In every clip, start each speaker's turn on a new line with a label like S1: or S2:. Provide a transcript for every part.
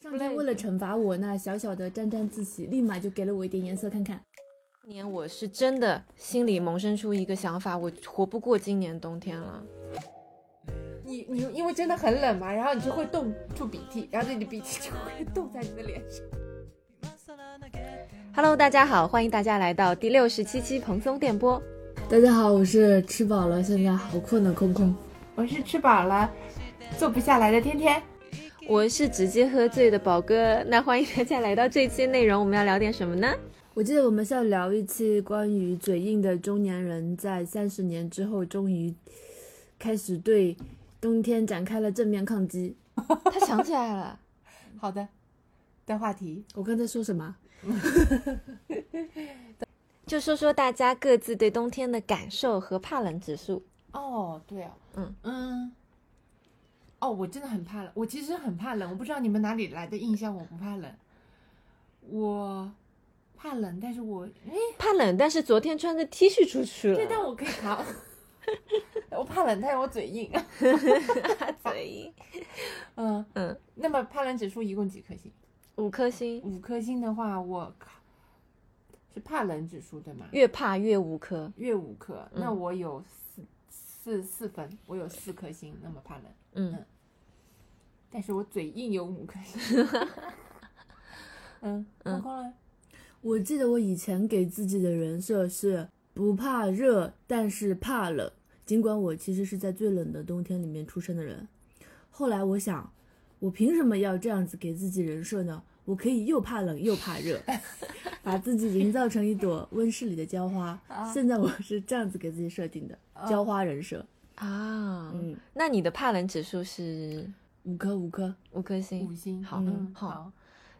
S1: 上天为了惩罚我那小小的沾沾自喜，立马就给了我一点颜色看看。
S2: 今年我是真的心里萌生出一个想法，我活不过今年冬天了。
S3: 你你因为真的很冷嘛，然后你就会冻住鼻涕，然后你的鼻涕就 会冻在你的脸上。
S2: Hello，大家好，欢迎大家来到第六十七期蓬松电波。
S1: 大家好，我是吃饱了，现在好困的空空。
S3: 我是吃饱了，坐不下来的天天。
S2: 我是直接喝醉的宝哥，那欢迎大家来到这期内容，我们要聊点什么呢？
S1: 我记得我们是要聊一期关于嘴硬的中年人在三十年之后终于开始对冬天展开了正面抗击。
S2: 他想起来了，
S3: 好的，的话题，
S1: 我刚才说什么？
S2: 就说说大家各自对冬天的感受和怕冷指数。
S3: 哦，对啊，
S2: 嗯
S3: 嗯，哦，我真的很怕冷，我其实很怕冷，我不知道你们哪里来的印象，我不怕冷，我怕冷，但是我哎，
S2: 怕冷，但是昨天穿着 T 恤出去了。
S3: 对，但我可以扛， 我怕冷，但是我嘴硬，
S2: 嘴
S3: 嗯
S2: 嗯。
S3: 那么怕冷指数一共几颗星？
S2: 五颗星，
S3: 五颗星的话，我靠，是怕冷指数对吗？
S2: 越怕越五颗。
S3: 月五颗，
S2: 嗯
S3: 那我有四四四分，我有四颗星，那么怕冷，
S2: 嗯，
S3: 但是我嘴硬有五颗 星。嗯，
S2: 嗯
S3: 空空呢？
S1: 我记得我以前给自己的人设是不怕热，但是怕冷。尽管我其实是在最冷的冬天里面出生的人，后来我想，我凭什么要这样子给自己人设呢？我可以又怕冷又怕热，把自己营造成一朵温室里的娇花。
S3: 啊
S1: 现在我是这样子给自己设定的娇花人设，
S2: 啊，
S1: 嗯，
S2: 那你的怕冷指数是
S1: 五颗五颗，
S2: 五颗
S3: 五
S2: 星，
S3: 星，
S2: 好
S3: 嗯，
S2: 好
S3: 好。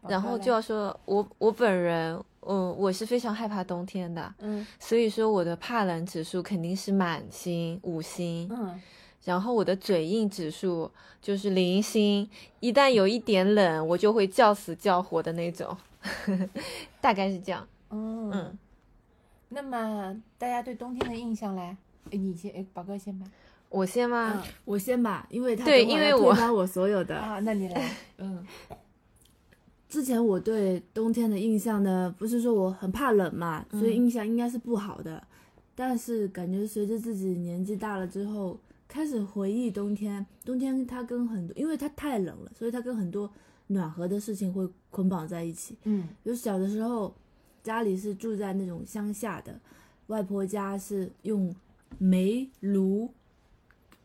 S2: 然
S3: 宝
S2: 后
S3: 哥
S2: 就
S3: 嘞
S2: 要说我我本人，嗯，我是非常害怕冬天的，
S3: 嗯
S2: 所以说我的怕冷指数肯定是满星五星，
S3: 嗯，
S2: 然后我的嘴硬指数就是零星，一旦有一点冷，我就会叫死叫活的那种， 大概是这样。
S3: 嗯
S2: 嗯，
S3: 那么大家对冬天的印象嘞？哎，你先，哎，宝哥先吧。
S2: 我先吗？
S3: 嗯
S1: 我先吧，因为他
S2: 对
S1: 等会儿
S2: 因为
S1: 要
S2: 我
S1: 推翻我所有的
S3: 啊，那你来。嗯
S1: 之前我对冬天的印象呢，不是说我很怕冷嘛，
S2: 嗯
S1: 所以印象应该是不好的。但是感觉随着自己年纪大了之后，开始回忆冬天，冬天它跟很多，因为它太冷了，所以它跟很多暖和的事情会捆绑在一起。
S3: 嗯
S1: 就小的时候，家里是住在那种乡下的，外婆家是用煤炉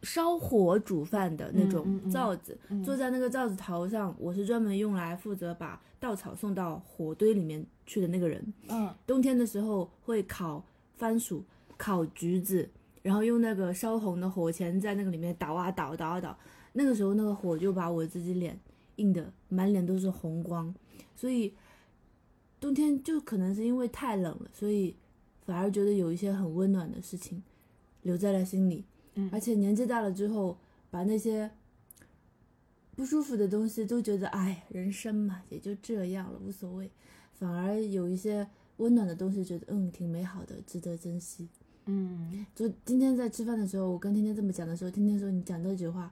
S1: 烧火煮饭的那
S3: 嗯
S1: 种
S3: 嗯
S1: 灶子，
S3: 嗯
S1: 坐在那个灶子头上，我是专门用来负责把稻草送到火堆里面去的那个人。
S3: 嗯
S1: 冬天的时候会烤番薯、烤橘子，然后用那个烧红的火钳在那个里面捣啊捣、捣啊捣。那个时候那个火就把我自己脸映的满脸都是红光，所以冬天就可能是因为太冷了，所以反而觉得有一些很温暖的事情留在了心里。
S3: 嗯
S1: 而且年纪大了之后，把那些不舒服的东西都觉得，哎，人生嘛也就这样了，无所谓。反而有一些温暖的东西，觉得嗯挺美好的，值得珍惜。
S3: 嗯，
S1: 就今天在吃饭的时候，我跟天天这么讲的时候，天天说你讲这句话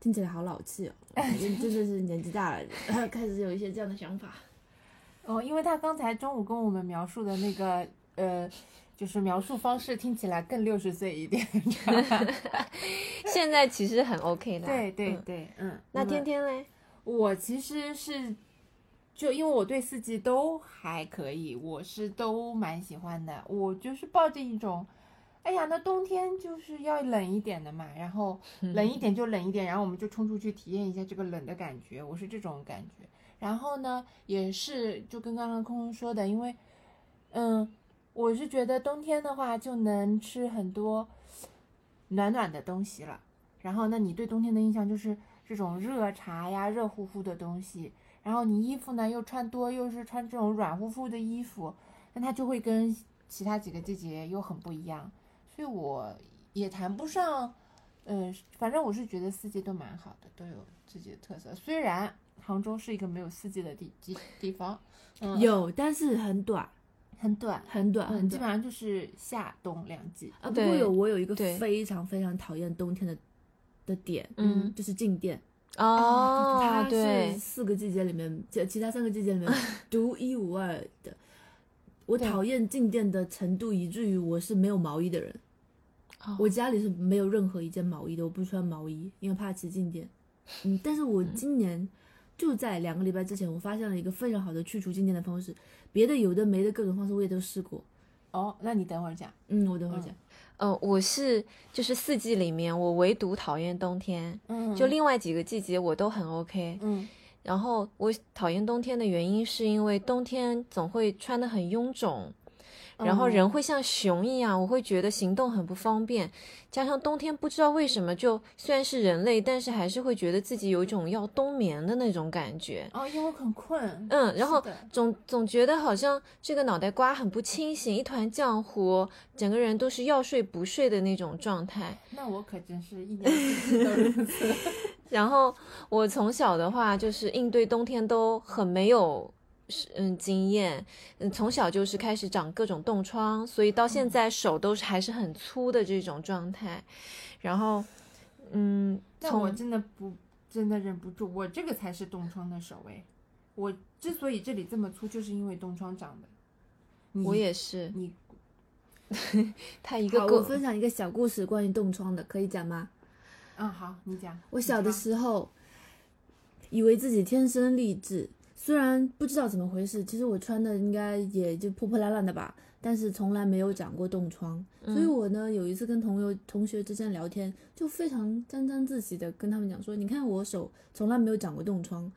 S1: 听起来好老 气哦，真的是年纪大了，开始有一些这样的想法。
S3: 哦，因为他刚才中午跟我们描述的那个呃，就是描述方式听起来更六十岁一点。
S2: 现在其实很 OK 的。
S3: 对对
S2: 嗯
S3: 对，嗯。
S2: 那
S3: 么
S2: 天天嘞？
S3: 我其实是，就因为我对四季都还可以，我是都蛮喜欢的。我就是抱着一种，哎呀，那冬天就是要冷一点的嘛，然后
S2: 嗯
S3: 冷一点就冷一点，然后我们就冲出去体验一下这个冷的感觉，我是这种感觉。然后呢，也是就跟刚刚空空说的，因为，嗯，我是觉得冬天的话就能吃很多暖暖的东西了。然后，那你对冬天的印象就是这种热茶呀、热乎乎的东西。然后你衣服呢又穿多，又是穿这种软乎乎的衣服，那它就会跟其他几个季节又很不一样。所以我也谈不上，呃，反正我是觉得四季都蛮好的，都有自己的特色。虽然杭州是一个没有四季的地地地方，嗯，
S1: 有，但是很短，
S3: 很短，
S1: 很短，
S3: 嗯，
S1: 很
S3: 基
S1: 短。
S3: 本上就是夏冬两季。
S1: 啊，不过有我有一个
S2: 对
S1: 非常非常讨厌冬天的的点，
S2: 嗯
S1: 就是静电。
S2: 哦，
S1: 它
S2: 对
S1: 是，四个季节里面，其其他三个季节里 面独一无二的。我
S3: 对
S1: 讨厌静电的程度，以至于我是没有毛衣的人。
S2: 哦
S1: 我家里是没有任何一件毛衣的，我不穿毛衣，因为怕起静电。嗯，但是我今年就在两个礼拜之前，我发现了一个非常好的去除静电的方式，别的有的没的各种方式我也都试过。
S3: 哦，那你等会儿讲。
S1: 嗯，我等会儿
S3: 嗯
S1: 讲。
S2: 呃，我是就是四季里面，我唯独讨厌冬天，
S3: 嗯，
S2: 就另外几个季节我都很 OK。
S3: 嗯
S2: 然后我讨厌冬天的原因是因为冬天总会穿得很臃肿，然后
S3: 哦
S2: 人会像熊一样，我会觉得行动很不方便。加上冬天不知道为什么，就虽然是人类，但是还是会觉得自己有一种要冬眠的那种感觉。
S3: 哦，因为我很困。
S2: 嗯，然后
S3: 是的
S2: 总总觉得好像这个脑袋瓜很不清醒，一团浆糊，整个人都是要睡不睡的那种状态。
S3: 那我可真是一年四季都如 此。
S2: 然后我从小的话，就是应对冬天都很没有是嗯经验，嗯，从小就是开始长各种冻疮，所以到
S1: 嗯
S2: 现在手都是还是很粗的这种状态。然后，嗯，
S3: 那我
S2: 从
S3: 真的不真的忍不住，我这个才是冻疮的手哎！我之所以这里这么粗，就是因为冻疮长的。你
S2: 我也是，
S3: 你
S2: 他一
S1: 好，
S2: 个
S1: 我
S2: 够
S1: 分享一个小故事，关于冻疮的，可以讲吗？
S3: 嗯好，你讲。
S1: 我小
S3: 你
S1: 的
S3: 说
S1: 时候，以为自己天生丽质，虽然不知道怎么回事，其实我穿的应该也就破破烂烂的吧，但是从来没有长过冻疮。所以
S2: 嗯
S1: 我呢，有一次跟朋友、同学之间聊天，就非常沾沾自喜的跟他们讲说，你看我手从来没有长过冻疮。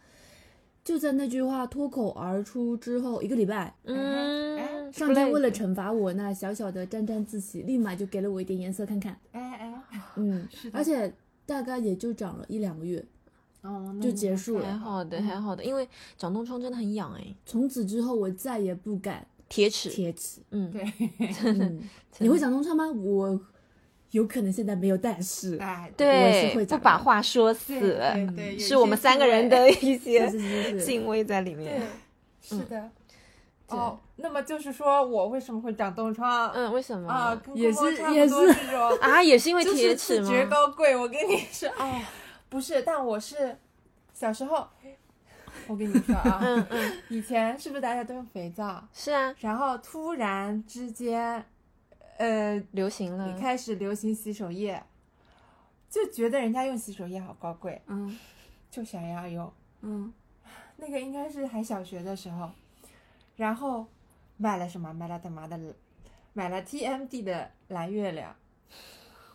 S1: 就在那句话脱口而出之后一个礼拜，
S3: 哎
S2: 嗯，
S1: 上天为了
S2: play
S1: 惩罚我那小小的沾沾自喜，立马就给了我一点颜色看看。
S3: 哎哎，
S1: 嗯，
S3: 是的
S1: 而且大概也就长了一两个月，
S3: 哦，那
S1: 就
S3: 你
S1: 结
S3: 还
S1: 束了嗯
S2: 还好的，还好的，因为长冻疮真的很痒哎，
S1: 从此之后，我再也不敢
S2: 铁齿，
S1: 贴 纸。
S2: 嗯，
S3: 对，
S1: 嗯，你会长冻疮吗？我有可能现在没有，但是
S3: 哎
S2: 啊
S1: 我是
S2: 对
S1: 会，
S2: 不
S1: 长
S2: 把
S1: 的
S2: 话说
S3: 对
S2: 死，
S3: 对对
S2: 嗯
S3: 对，有
S2: 是
S3: 一
S2: 我
S3: 些
S2: 们三
S3: 气
S2: 个人
S3: 味
S2: 的嗯一
S1: 是
S2: 些
S1: 是是是，
S2: 敬畏在里
S3: 对
S2: 面。，
S3: 是的。
S2: 对
S3: 哦，那么就是说我为什么会长冻疮？
S2: 嗯，为什么，
S3: 啊，跟
S1: 也
S3: 郭沫
S1: 是
S3: 差不
S1: 也
S3: 多
S1: 是
S3: 这种
S2: 啊也是因为
S3: 就是
S2: 铁齿
S3: 自
S2: 吗？
S3: 觉高贵。我跟你说，
S2: 哦，
S3: 不是，但我是小时候，我跟你说啊，
S2: 嗯嗯，
S3: 以前是不是大家都用肥皂？
S2: 是啊，
S3: 然后突然之间，呃，
S2: 流行了
S3: 你。开始流行洗手液，就觉得人家用洗手液好高贵，
S1: 嗯
S3: 就想要用。
S1: 嗯，
S3: 那个应该是还小学的时候，然后买了什么？买了他妈的，买了 TMD 的蓝月亮。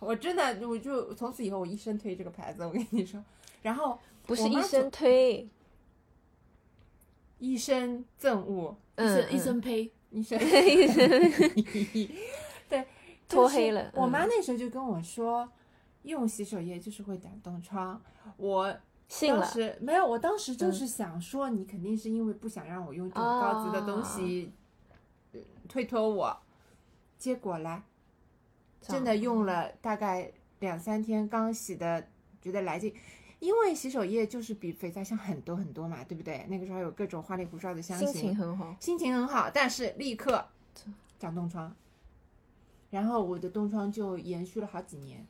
S3: 我真的，我就从此以后我一生推这个牌子。我跟你说，然后
S2: 不是
S3: 我妈
S2: 医生
S3: 总
S2: 推，
S3: 一生憎恶，
S1: 一
S2: 嗯，
S1: 身一身胚，
S3: 一生
S2: 嗯医生
S3: 对
S2: 脱黑了
S3: 就是我妈
S2: 嗯
S3: 那时候就跟我说，用洗手液就是会长冻疮。我
S2: 信
S3: 当
S2: 了。嗯
S3: 时没有，我当时就是想说，你肯定是因为不想让我用这种高级的东西、
S2: 哦
S3: 呃推脱我。结果来，真
S2: 嗯
S3: 的用了大概两三天，刚洗的觉得来劲，因为洗手液就是比肥皂香很多很多嘛，对不对？那个时候有各种花里胡哨的香
S2: 心
S3: 型
S2: 情，很好，
S3: 心情很好，但是立刻长冻疮，然后我的冻疮就延续了好几年，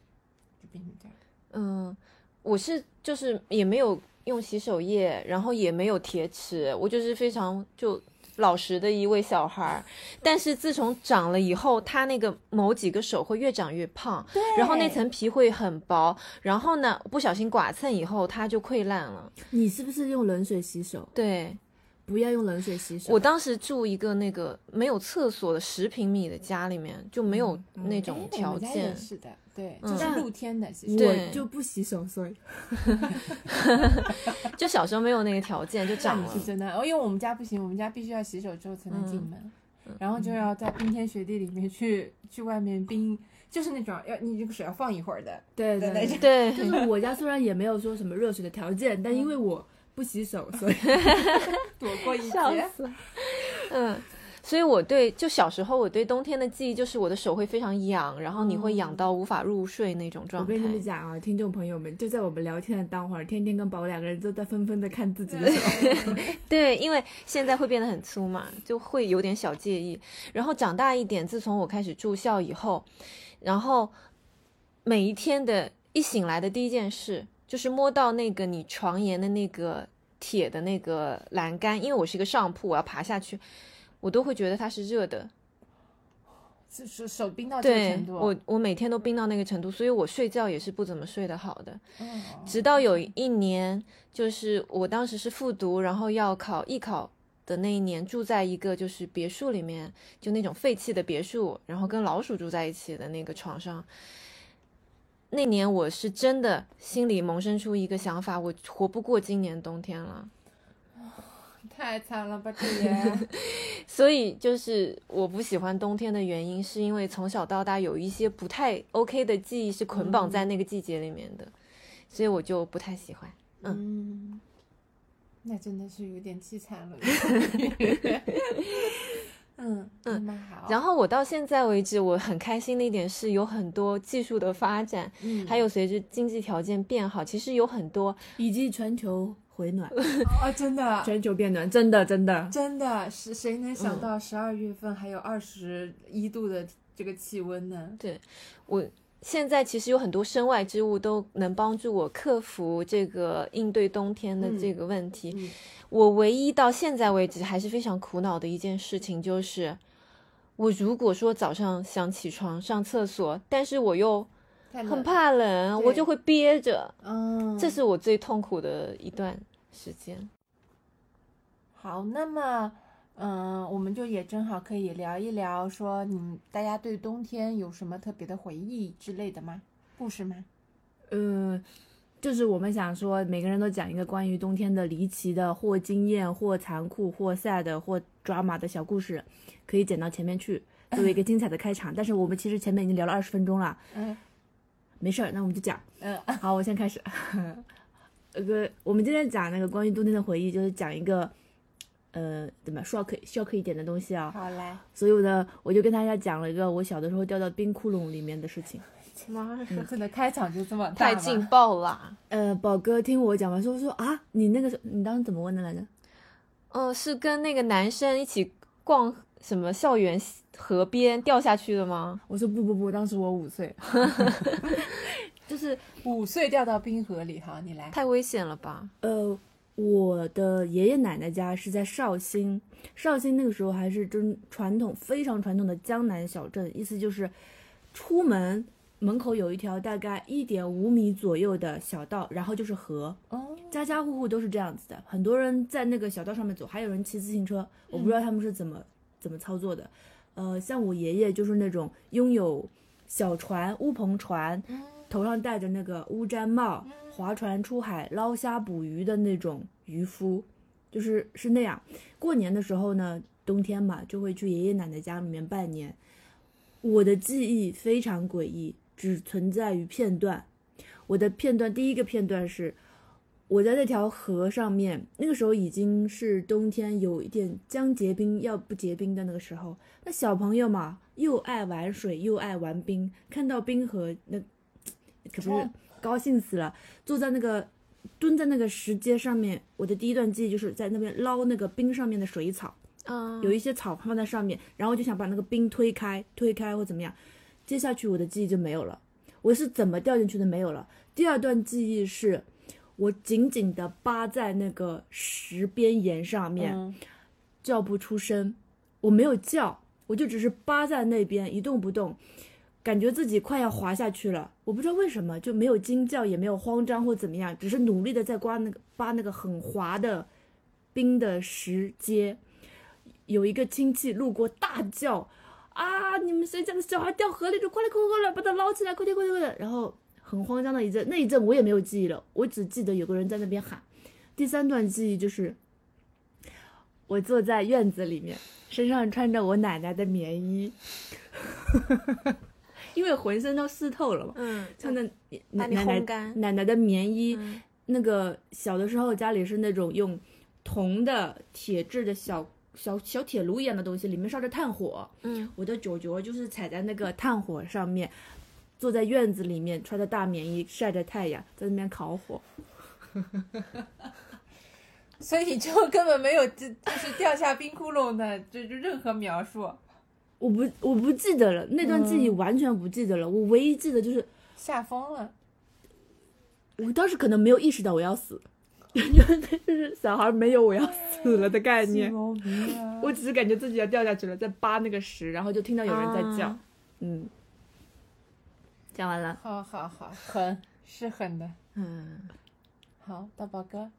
S3: 就变成这样。
S2: 嗯，我是就是也没有用洗手液，然后也没有铁齿，我就是非常就老实的一位小孩儿。但是自从长了以后，他那个某几个手会越长越胖，
S3: 对
S2: 然后那层皮会很薄，然后呢，不小心剐蹭以后它就溃烂了。
S1: 你是不是用冷水洗手？
S2: 对
S1: 不要用冷水洗手。
S2: 我当时住一个那个没有厕所的十平米的家里面，就没有
S1: 嗯
S2: 那
S3: 哎我
S2: 种
S3: 们
S2: 条
S3: 家
S2: 件
S3: 也。是的，对，
S2: 嗯
S3: 就是
S1: 但
S3: 露天的，其实
S2: 对
S1: 我就不洗手，所以
S2: 就小时候没有那个条件，就长
S3: 那你
S2: 了嗯
S3: 是。真的，哦因为我们家不行，我们家必须要洗手之后才能进门，然后就要在冰天雪地里面去去外面冰，就是那种要你这个水要放一会儿的，
S1: 对
S3: 对
S1: 对。
S2: 对，
S1: 就是我家虽然也没有说什么热水的条件，但
S2: 嗯
S1: 因为我不洗手，所以
S3: 躲过一
S2: 笑
S3: 劫。
S2: 死了。嗯，所以我对就小时候我对冬天的记忆就是我的手会非常痒，然后你会痒到无法入睡那
S1: 嗯
S2: 种
S1: 我
S2: 状态
S1: 跟。你们讲啊，听众朋友们，就在我们聊天的当会儿，天天跟宝宝两个人都在纷纷的看自己的手。
S2: 对，因为现在会变得很粗嘛，就会有点小介意。然后长大一点，自从我开始住校以后，然后每一天的一醒来的第一件事就是摸到那个你床沿的那个铁的那个栏杆，因为我是一个上铺，我要爬下去，我都会觉得它是热的。
S3: 是手手冰到这个
S2: 对
S3: 程度，
S2: 我，我每天都冰到那个程度，所以我睡觉也是不怎么睡得好的。
S3: 嗯
S2: 直到有一年，就是我当时是复读，然后要考艺考的那一年，住在一个就是别墅里面，就那种废弃的别墅，然后跟老鼠住在一起的那个床上。那年我是真的心里萌生出一个想法，我活不过今年冬天了。
S3: 太惨了吧， 这也
S2: 所以就是我不喜欢冬天的原因，是因为从小到大有一些不太 OK 的记忆是捆绑在那个季节里面的，所以我就不太喜欢。
S3: 嗯，那真的是有点凄惨 了。嗯嗯，蛮好。
S2: 然后我到现在为止，我很开心的一点是，有很多技术的发展，
S3: 嗯
S2: 还有随着经济条件变好，其实有很多
S1: 以及全球回暖、
S3: 啊，真的
S1: 全球变暖，真的真的。
S3: 真的是谁能想到十二月份还有二十一度的这个气温呢？
S2: 我现在其实有很多身外之物都能帮助我克服这个应对冬天的这个问题。
S3: 嗯
S2: 我唯一到现在为止还是非常苦恼的一件事情就是，我如果说早上想起床上厕所，但是我又
S3: 太冷
S2: 很，怕冷，
S3: 对
S2: 我就会憋着，
S3: 嗯，
S2: 这是我最痛苦的一段时间。
S3: 好，那么，嗯，我们就也正好可以聊一聊，说你们大家对冬天有什么特别的回忆之类的吗？故事吗？
S1: 嗯，就是我们想说，每个人都讲一个关于冬天的离奇的或惊艳或残酷或 sad 或 drama 的小故事，可以剪到前面去，作为一个精彩的开场。但是我们其实前面已经聊了二十分钟了，
S3: 嗯
S1: 没事儿，那我们就讲。
S3: 嗯
S1: 好，我先开始。 那个，我们今天讲那个关于冬天的回忆，就是讲一个，呃，怎么 shock shock 一点的东西啊。
S3: 好来，
S1: 所以呢，我就跟大家讲了一个我小的时候掉到冰窟窿里面的事情。
S2: 妈呀，
S3: 真的开场就这么大
S2: 嗯太
S3: 吗
S2: 劲爆啦！
S1: 呃，宝哥听我讲完说说啊，你那个时候你当时怎么问的来着？
S2: 嗯、是跟那个男生一起逛什么校园河边掉下去的吗？
S1: 我说不不不，当时我 五岁，就是
S3: 五岁掉到冰河里哈，你来，
S2: 太危险了吧！
S1: 呃，我的爷爷奶奶家是在绍兴，绍兴那个时候还是真传统非常传统的江南小镇，意思就是出门门口有一条大概一点五米左右的小道，然后就是河，
S3: 哦，
S1: 家家户户都是这样子的，很多人在那个小道上面走，还有人骑自行车，我不知道他们是怎么、怎么操作的。呃，像我爷爷就是那种拥有小船、乌篷船，头上戴着那个乌毡帽，划船出海捞虾捕鱼的那种渔夫，就是是那样。过年的时候呢，冬天嘛，就会去爷爷奶奶家里面拜年。我的记忆非常诡异，只存在于片段。我的片段第一个片段是，我在那条河上面，那个时候已经是冬天，有一点将结冰要不结冰的那个时候。那小朋友嘛，又爱玩水又爱玩冰，看到冰河那可不是
S3: 冲
S1: 高兴死了，坐在那个蹲在那个石阶上面，我的第一段记忆就是在那边捞那个冰上面的水草。
S2: 嗯，
S1: 有一些草放在上面，然后就想把那个冰推开，推开或怎么样。接下去我的记忆就没有了，我是怎么掉进去的没有了。第二段记忆是我紧紧地扒在那个石边沿上面，
S3: 嗯
S1: 叫不出声，我没有叫，我就只是扒在那边一动不动，感觉自己快要滑下去了。我不知道为什么就没有惊叫，也没有慌张或怎么样，只是努力的在刮那个扒那个很滑的冰的石阶。有一个亲戚路过大叫：“啊！你们谁家的小孩掉河里了？快来快来快来，把他捞起来！快点快点快点！”然后很慌张的一阵，那一阵我也没有记忆了，我只记得有个人在那边喊。第三段记忆就是我坐在院子里面，身上穿着我奶奶的棉衣， 因为浑身都湿透了嘛，
S2: 嗯，
S1: 穿着奶
S2: 把
S1: 奶
S2: 你烘
S1: 奶
S2: 干。
S1: 奶奶的棉衣。
S2: 嗯
S1: 那个小的时候家里是那种用铜的铁制的小小小铁炉一样的东西，里面烧着炭火。
S2: 嗯，
S1: 我的九九就是踩在那个炭火上面，坐在院子里面，穿着大棉衣，晒着太阳，在那边烤火。
S3: 所以你就根本没有就就是掉下冰窟窿的这就任何描述，
S1: 我不我不记得了，那段记忆完全不记得了。我唯一记得就是
S3: 吓疯了，
S1: 我当时可能没有意识到我要死， 就是小孩没有我要死了的概念，
S3: 牛逼啊！
S1: 我只是感觉自己要掉下去了，在扒那个石，然后就听到有人在叫，
S2: 啊
S1: 嗯，讲完了，
S3: 好好好，狠是狠的。
S2: 嗯，
S3: 好，大宝哥，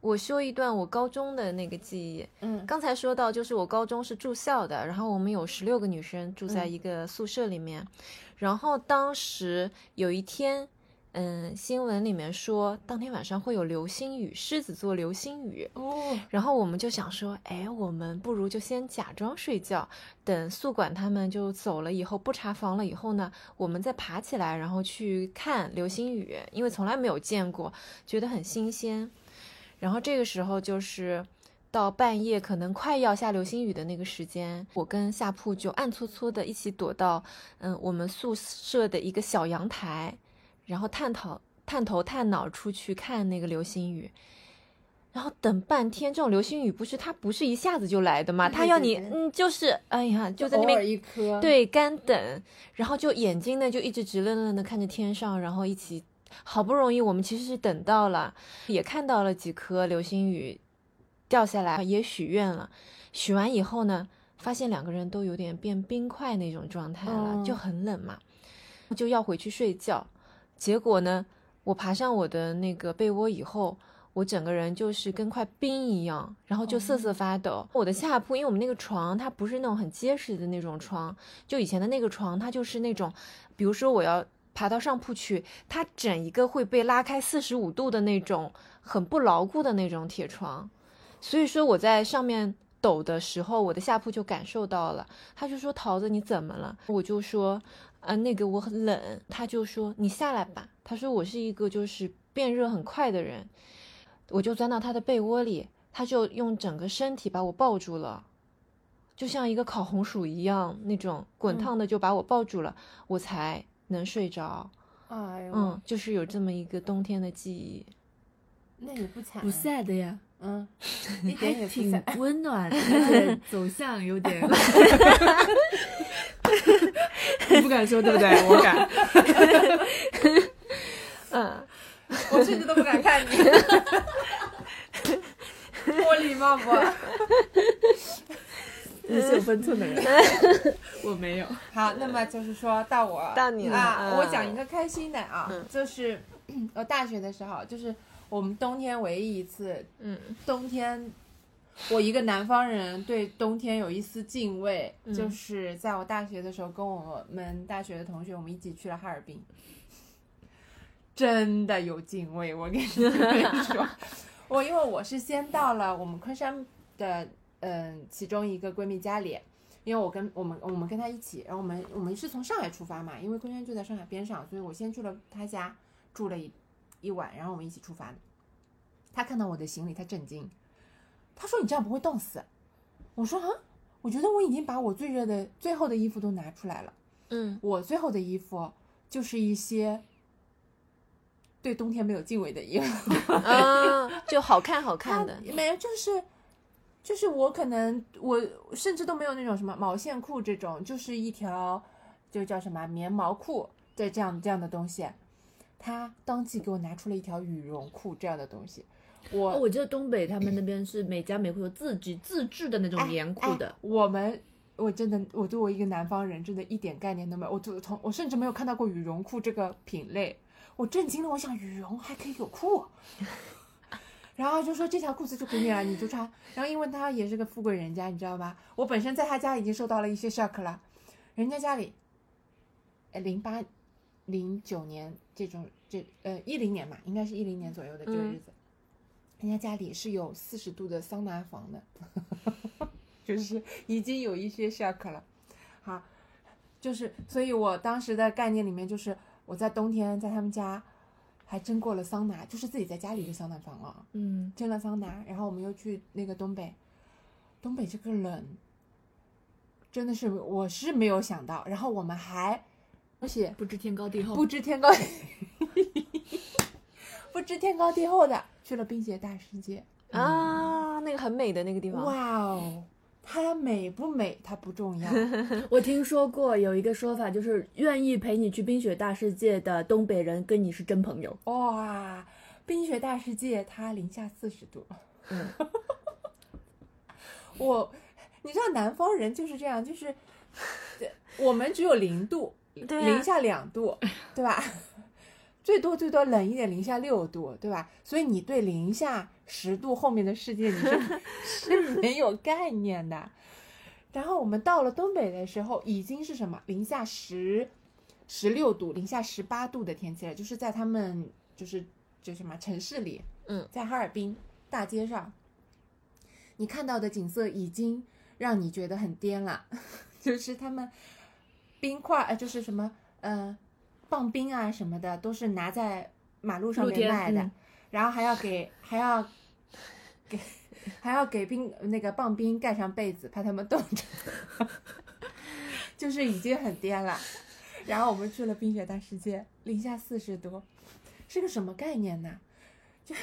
S2: 我说一段我高中的那个记忆。
S3: 嗯
S2: 刚才说到，就是我高中是住校的，然后我们有十六个女生住在一
S1: 嗯
S2: 个宿舍里面，然后当时有一天，嗯，新闻里面说当天晚上会有流星雨，狮子座流星雨。
S3: 哦，
S2: 然后我们就想说，哎，我们不如就先假装睡觉，等宿管他们就走了以后，不查房了以后呢，我们再爬起来，然后去看流星雨，因为从来没有见过，觉得很新鲜。然后这个时候就是到半夜，可能快要下流星雨的那个时间，我跟下铺就暗搓搓的一起躲到嗯我们宿舍的一个小阳台，然后探讨探头探脑出去看那个流星雨。然后等半天，这种流星雨不是它不是一下子就来的嘛？
S3: 对
S2: 它要
S3: 对
S2: 你
S3: 对
S2: 嗯，就是哎呀，就在那
S3: 偶
S2: 边
S3: 尔一颗，，
S2: 对，干等，然后就眼睛呢就一直直愣愣的看着天上，然后一起，好不容易我们其实是等到了，也看到了几颗流星雨掉下来，也许愿了，许完以后呢，发现两个人都有点变冰块那种状态了，就
S3: 嗯
S2: 很冷嘛，就要回去睡觉，结果呢，我爬上我的那个被窝以后。我整个人就是跟块冰一样，然后就瑟瑟发抖。我的下铺，因为我们那个床它不是那种很结实的那种床，就以前的那个床，它就是那种，比如说我要爬到上铺去，它整一个会被拉开四十五度的那种很不牢固的那种铁床，所以说我在上面抖的时候，我的下铺就感受到了，他就说桃子你怎么了？我就说啊那个我很冷，他就说你下来吧，他说我是一个就是变热很快的人，我就钻到他的被窝里，他就用整个身体把我抱住了。就像一个烤红薯一样，那种滚
S3: 嗯
S2: 烫的就把我抱住了，我才能睡着。
S3: 哎呦，
S2: 嗯，就是有这么一个冬天的记忆。
S3: 那也不惨，啊
S1: 不，sad 呀，
S3: 嗯，一
S1: 还
S3: 点也不
S1: 挺
S3: 惨，
S1: 温暖，而 且走向有 点，你不敢说对不对？我敢，
S2: 嗯，
S3: 我甚至都不敢看你， 我礼貌不？
S1: 你是有分寸的人，嗯 我没有。
S3: 好，那么就是说到我
S2: 到你了
S3: 啊，
S2: 嗯
S3: 我讲一个开心的啊，
S2: 嗯
S3: 就是我大学的时候，就是我们冬天唯一一次
S2: 嗯
S3: 冬天，我一个南方人对冬天有一丝敬畏，
S2: 嗯
S3: 就是在我大学的时候，跟我们大学的同学，我们一起去了哈尔滨，真的有敬畏。我跟你们 说，我因为我是先到了我们昆山的嗯、其中一个闺蜜家里。因为我跟我们我们跟她一起，然后我们我们是从上海出发嘛，因为昆山就在上海边上，所以我先去了她家住了一一晚，然后我们一起出发的。他看到我的行李，他震惊，他说：“你这样不会冻死？”我说：“啊，我觉得我已经把我最热的、最厚的衣服都拿出来了。
S2: 嗯
S3: 我最厚的衣服就是一些对冬天没有敬畏的衣服。
S2: 啊，就好看好看 的。
S3: 没有，就是就是我可能我甚至都没有那种什么毛线裤这种，就是一条就叫什么啊棉毛裤，对这样这样的东西。他当即给我拿出了一条羽绒裤这样的东西。我、
S1: 哦，我记得东北他们那边是每家每户有自己自制的那种
S3: 哎
S1: 棉裤
S3: 哎
S1: 的，
S3: 我们我真的，我对我一个南方人真的一点概念都没有，我就从我甚至没有看到过羽绒裤这个品类，我震惊了，我想羽绒还可以有裤。啊 然后就说这条裤子就给你了，你就穿。然后因为他也是个富贵人家，你知道吧？我本身在他家已经受到了一些 shock 了，人家家里，呃零八、零九年这种这呃一零年嘛，应该是一零年左右的这个
S2: 嗯
S3: 日子，人家家里是有四十度的桑拿房的， 就是已经有一些 shock 了。好，就是所以我当时的概念里面就是我在冬天在他们家还真过了桑拿，就是自己在家里的桑拿房啊。
S1: 嗯，
S3: 蒸了桑拿，然后我们又去那个东北，东北这个冷，真的是我是没有想到。然后我们还，而且
S1: 不知天高地厚，
S3: 不知天高，不知天高
S2: 嗯
S3: 地厚的去了冰雪大世界，
S2: 啊，那个很美的那个地方，
S3: 哇哦，它美不美它不重要，
S1: 我听说过有一个说法，就是愿意陪你去冰雪大世界的东北人跟你是真朋友。
S3: 哇，冰雪大世界它零下四十度，
S2: 嗯，
S3: 我，你知道南方人就是这样，就是对我们只有零度，
S2: 对啊
S3: 零下两 度，对吧？最多最多冷一点，零下六度，对吧？所以你对零下十度后面的世界你 是是没有概念的。然后我们到了东北的时候，已经是什么零下十、十六度、零下十八度的天气了，就是在他们就是就是什么城市里，
S2: 嗯，
S3: 在哈尔滨大街上，你看到的景色已经让你觉得很颠了， 就是他们冰块，呃，就是什么呃棒冰啊什么的，都是拿在马路上
S1: 露
S3: 面
S1: 天
S3: 卖的，
S1: 嗯
S3: 然后还要给还要给还要给冰那个棒冰盖上被子，怕他们冻着， 就是已经很颠了。然后我们去了冰雪大世界，零下四十度，是个什么概念呢？就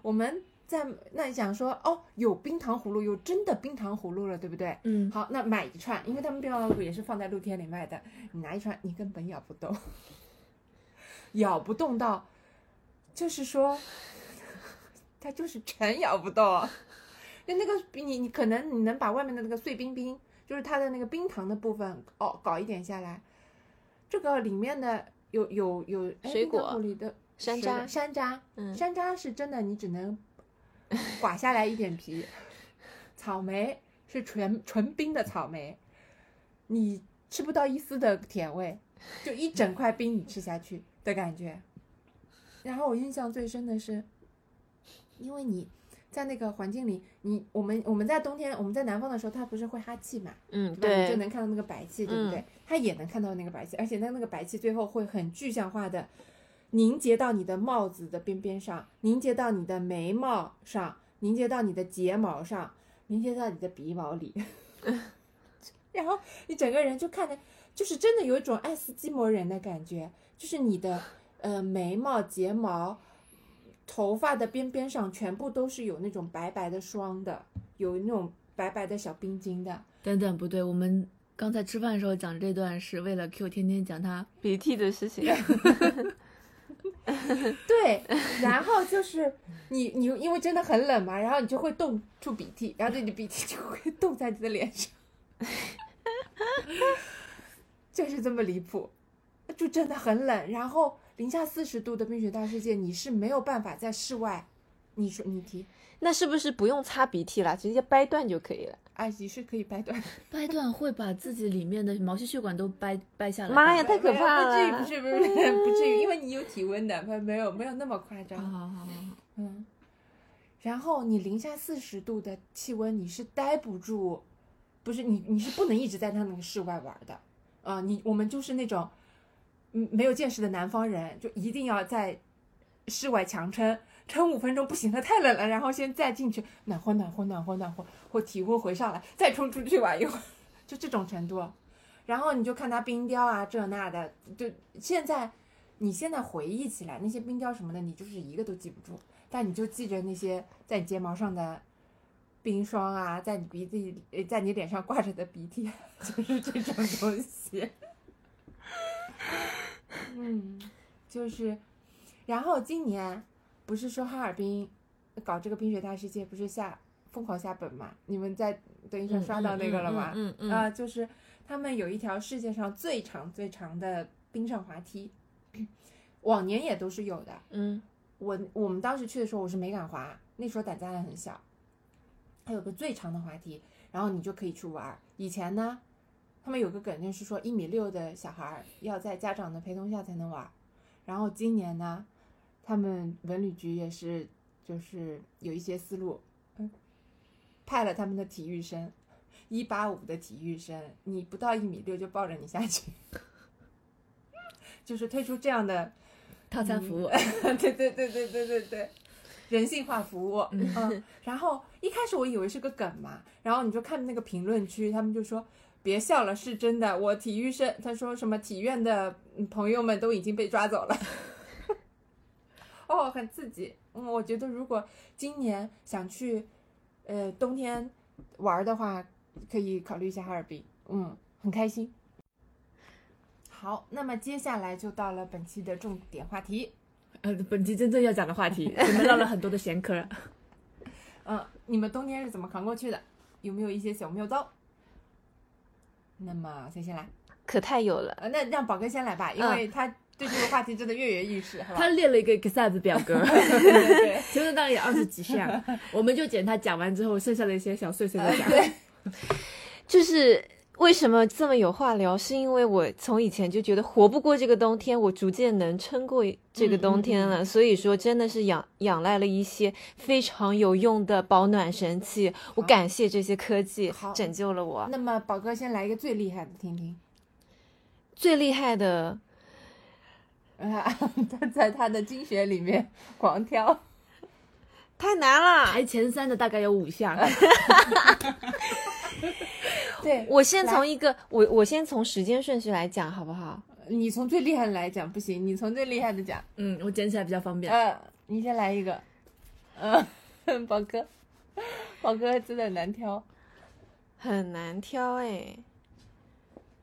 S3: 我们在那里讲说，哦，有冰糖葫芦，有真的冰糖葫芦了，对不对？
S1: 嗯，
S3: 好，那买一串，因为他们冰糖葫芦也是放在露天里卖的，你拿一串，你根本咬不动， 咬不动到，就是说，它就是全咬不动。就那个你你可能你能把外面的那个碎冰冰，就是它的那个冰糖的部分哦搞一点下来，这个里面的有有有哎
S2: 水
S3: 冰糖
S2: 果
S3: 葫芦里的
S2: 山
S3: 水果
S2: 楂
S3: 山楂，
S2: 嗯
S3: 山楂是真的，你只能刮下来一点皮。草莓是纯纯冰的草莓，你吃不到一丝的甜味，就一整块冰你吃下去的感觉。然后我印象最深的是，因为你在那个环境里，你我们我们在冬天我们在南方的时候，它不是会哈气嘛，
S2: 嗯，
S3: 对吧？你就
S2: 对，
S3: 能看到那个白气，对不对？它也能看到那个白气，而且它那个白气最后会很具象化的凝结到你的帽子的边边上，凝结到你的眉毛上，凝结到你的睫毛上，凝结到你的鼻毛里，然后你整个人就看着，就是真的有一种爱斯基摩人的感觉，就是你的呃眉毛、睫毛。头发的边边上全部都是有那种白白的霜的，有那种白白的小冰晶的，
S1: 等等，不对，我们刚才吃饭的时候讲这段是为了 Q 天天讲他
S2: 鼻涕的事 情，
S3: 对， 然后就是你你因为真的很冷嘛，然后你就会冻出鼻涕，然后这你鼻涕就会冻在你的脸上， 就是这么离谱，就真的很冷。然后零下四十度的冰雪大世界，你是没有办法在室外，你说你提，
S2: 那是不是不用擦鼻涕啦，直接掰断就可 以了？
S3: 埃及哎是可以掰断，
S1: 掰断会把自己里面的毛细血管都掰掰下来吧。
S2: 妈呀， 太可怕了！
S3: 不至于不至于不至于不至于，因为你有体温的，没有没有没有那么夸张。
S2: 哦
S1: 好好好好好，
S3: 嗯，然后你零下四十度的气温，你是待不住，不是你你是不能一直在他那个室外玩的啊、你我们就是那种嗯没有见识的南方人，就一定要在室外强撑，撑五分钟不行了，太冷了，然后先再进去暖和暖和暖和暖和，或体温回上来，再冲出去玩一会儿，就这种程度。然后你就看他冰雕啊，这那的，就现在你现在回忆起来那些冰雕什么的，你就是一个都记不住。但你就记着那些在你睫毛上的冰霜啊，在你鼻子里，呃在你脸上挂着的鼻涕，啊 就是这种东西。嗯，就是，然后今年不是说哈尔滨搞这个冰雪大世界，不是下疯狂下本嘛？你们在抖音上刷到那个了吗？
S2: 嗯嗯
S3: 啊、
S2: 嗯
S3: 就是他们有一条世界上最长最长的冰上滑梯， 往年也都是有的。
S2: 嗯
S3: 我我们当时去的时候，我是没敢滑，那时候胆子还很小。它有个最长的滑梯，然后你就可以去玩儿。以前呢，他们有个梗就是说，一米六的小孩儿要在家长的陪同下才能玩儿。然后今年呢，他们文旅局也是就是有一些思路，嗯，派了他们的体育生，一八五的体育生，你不到一米六就抱着你下去， 就是推出这样的
S1: 套餐服务，
S3: 对对对对对对对，人性化服务。嗯，然后一开始我以为是个梗嘛，然后你就看那个评论区，他们就说。别笑了，是真的。我体育生，他说什么体院的嗯朋友们都已经被抓走了， 哦，很刺激。嗯，我觉得如果今年想去，呃，冬天玩的话，可以考虑一下哈尔滨，嗯，很开心。好，那么接下来就到了本期的重点话题。
S1: 呃，本期真正要讲的话 题，我们唠了很多的闲嗑儿。
S3: 嗯，你们冬天是怎么扛过去的？有没有一些小妙招？那么谁先来？
S2: 可太有了。
S3: 呃，那让宝哥先来吧，因为他对这个话题真的跃跃欲试，好吧
S1: 他？列了一个 Excel 的表格，
S3: 对对对，
S1: 其中当然有二十几 项，我们就捡他讲完之后剩下的一些小碎碎的讲。
S3: 对，
S2: 就是为什么这么有话聊，是因为我从以前就觉得活不过这个冬天，我逐渐能撑过这个冬天了。所以说，真的是仰仰赖了一些非常有用的保暖神器，我感谢这些科技
S3: 好
S2: 拯救了我。
S3: 那么宝哥先来一个最厉害的，听听。
S2: 最厉害的，
S3: 啊，他在他的精选里面狂挑，
S2: 太难了。
S1: 排前三的大概有五 项，
S3: 对
S2: 我先从一个我我先从时间顺序来讲好不好？
S3: 你从最厉害的来讲不行，你从最厉害的讲。
S1: 嗯，我捡起来比较方便。
S3: 呃，你先来一个。嗯、呃， 宝哥，宝哥真的很难挑，
S2: 很难挑哎，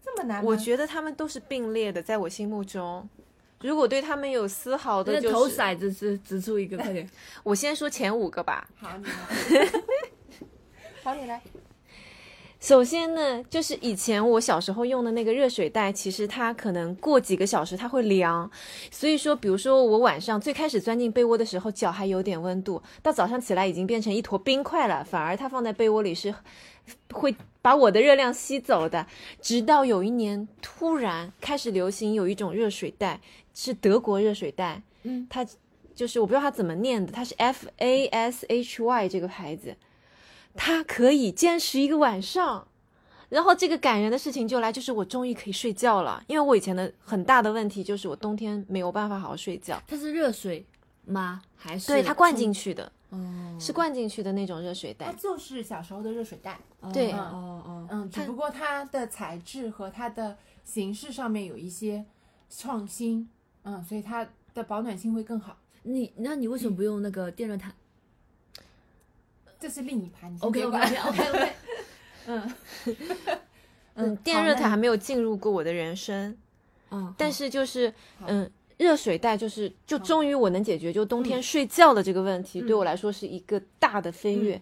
S3: 这么难吗？
S2: 我觉得他们都是并列的，在我心目中。如果对他们有丝毫的
S1: 那
S2: 就是
S1: 投骰子是指出一个，快 点。
S2: 我先说前五个吧。
S3: 好，你来。好，你来。
S2: 首先呢，就是以前我小时候用的那个热水袋，其实它可能过几个小时它会凉，所以说，比如说我晚上最开始钻进被窝的时候，脚还有点温度，到早上起来已经变成一坨冰块了，反而它放在被窝里是会把我的热量吸走的。直到有一年突然开始流行有一种热水袋，是德国热水袋，
S3: 嗯，
S2: 它就是我不知道它怎么念的，它是 F A S H Y 这个牌子，它可以坚持一个晚上。然后这个感人的事情就来，就是我终于可以睡觉了，因为我以前的很大的问题就是我冬天没有办法好好睡觉。
S1: 它是热水吗？还是
S2: 对，它灌进去的，
S1: 哦，
S2: 是灌进去的那种热水
S3: 它
S2: 袋。
S3: 就是小时候的热水袋，
S2: 对
S1: 哦哦哦，
S3: 嗯，只
S2: 它
S3: 不过它的材质和它的形式上面有一些创新，嗯，所以它的保暖性会更好。
S1: 你那你为什么不用那个电热毯
S3: 这是另一盘，你先
S1: ？OK
S3: 别
S1: OK
S3: 管
S1: OK OK，
S2: 嗯，电热毯还没有进入过我的人生，
S1: 嗯，
S2: 但是就是
S3: 好
S2: 嗯，热水袋就是就终于我能解决就冬天睡觉的这个问题，对我来说是一个大的飞跃。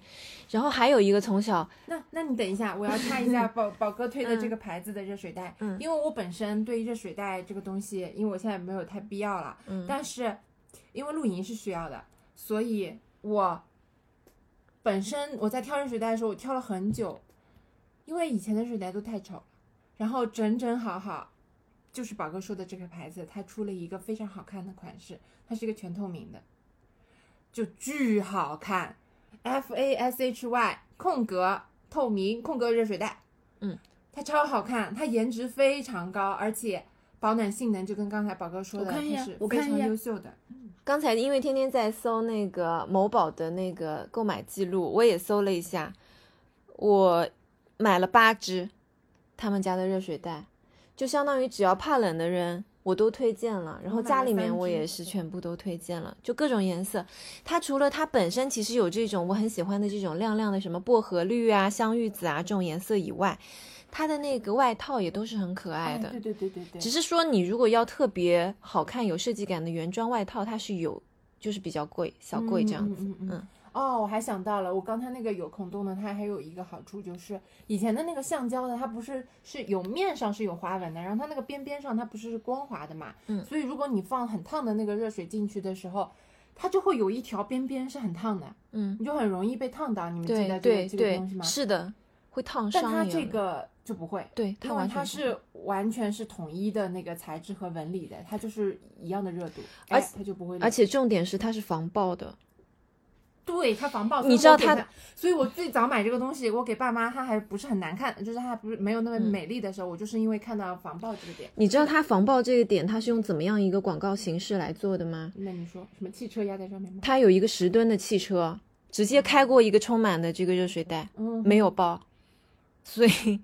S2: 然后还有一个从小
S3: 那那你等一下，我要看一下 宝宝哥推的这个牌子的热水袋，
S2: 嗯
S3: 因为我本身对热水袋这个东西，因为我现在没有太必要了，
S2: 嗯
S3: 但是因为露营是需要的，所以我本身我在挑热水袋的时候，我挑了很久，因为以前的热水袋都太丑了，然后整整好好。就是宝哥说的这个牌子，它出了一个非常好看的款式，它是一个全透明的，就巨好看，F A S H Y 空格透明空格热水袋，
S2: 嗯，
S3: 它超好看，它颜值非常高，而且保暖性能就跟刚才宝哥说的，
S1: 我看一眼
S3: 它是
S1: 我
S3: 非
S1: 看
S3: 常
S1: 一眼
S3: 优秀的。
S2: 刚才因为天天在搜那个某宝的那个购买记录，我也搜了一下，我买了八支他们家的热水袋，就相当于只要怕冷的人我都推荐了，然后家里面我也是全部都推荐了，就各种颜色。它除了它本身其实有这种我很喜欢的这种亮亮的什么薄荷绿啊、香芋紫啊这种颜色以外，它的那个外套也都是很可爱的。
S3: 哎对对对对对，
S2: 只是说你如果要特别好看、有设计感的原装外套，它是有，就是比较贵，小贵这样子。
S3: 嗯嗯嗯
S2: 嗯
S3: 哦，我还想到了，我刚才那个有孔洞的，它还有一个好处就是，以前的那个橡胶的，它不是是有面上是有花纹的，然后它那个边边上它不是光滑的嘛，
S2: 嗯
S3: 所以如果你放很烫的那个热水进去的时候，它就会有一条边边是很烫的，
S2: 嗯，
S3: 你就很容易被烫到。你们记
S2: 对
S3: 得这
S2: 对
S3: 个这个东西
S2: 对，
S3: 吗？
S2: 是的，会烫
S3: 但
S2: 伤
S3: 它
S2: 眼
S3: 这个就不会，
S2: 对
S3: 因
S2: 它
S3: 为
S2: 完
S3: 它
S2: 全
S3: 是完全是统一的那个材质和纹理的，它就是一样的热度，哎
S2: 而且
S3: 它就不会裂。
S2: 而且重点是它是防爆的，
S3: 对它防爆，
S2: 你知道
S3: 它
S2: 它，
S3: 所以我最早买这个东西，我给爸妈，它还不是很难看，就是它还不是没有那么
S2: 嗯
S3: 美丽的时候，我就是因为看到防爆这个点。
S2: 你知道它防爆这个点，它是用怎么样一个广告形式来做的吗？
S3: 那你说什么汽车压在上面吗？
S2: 它有一个十吨的汽车，直接开过一个充满的这个热水袋，
S3: 嗯，
S2: 没有爆，所以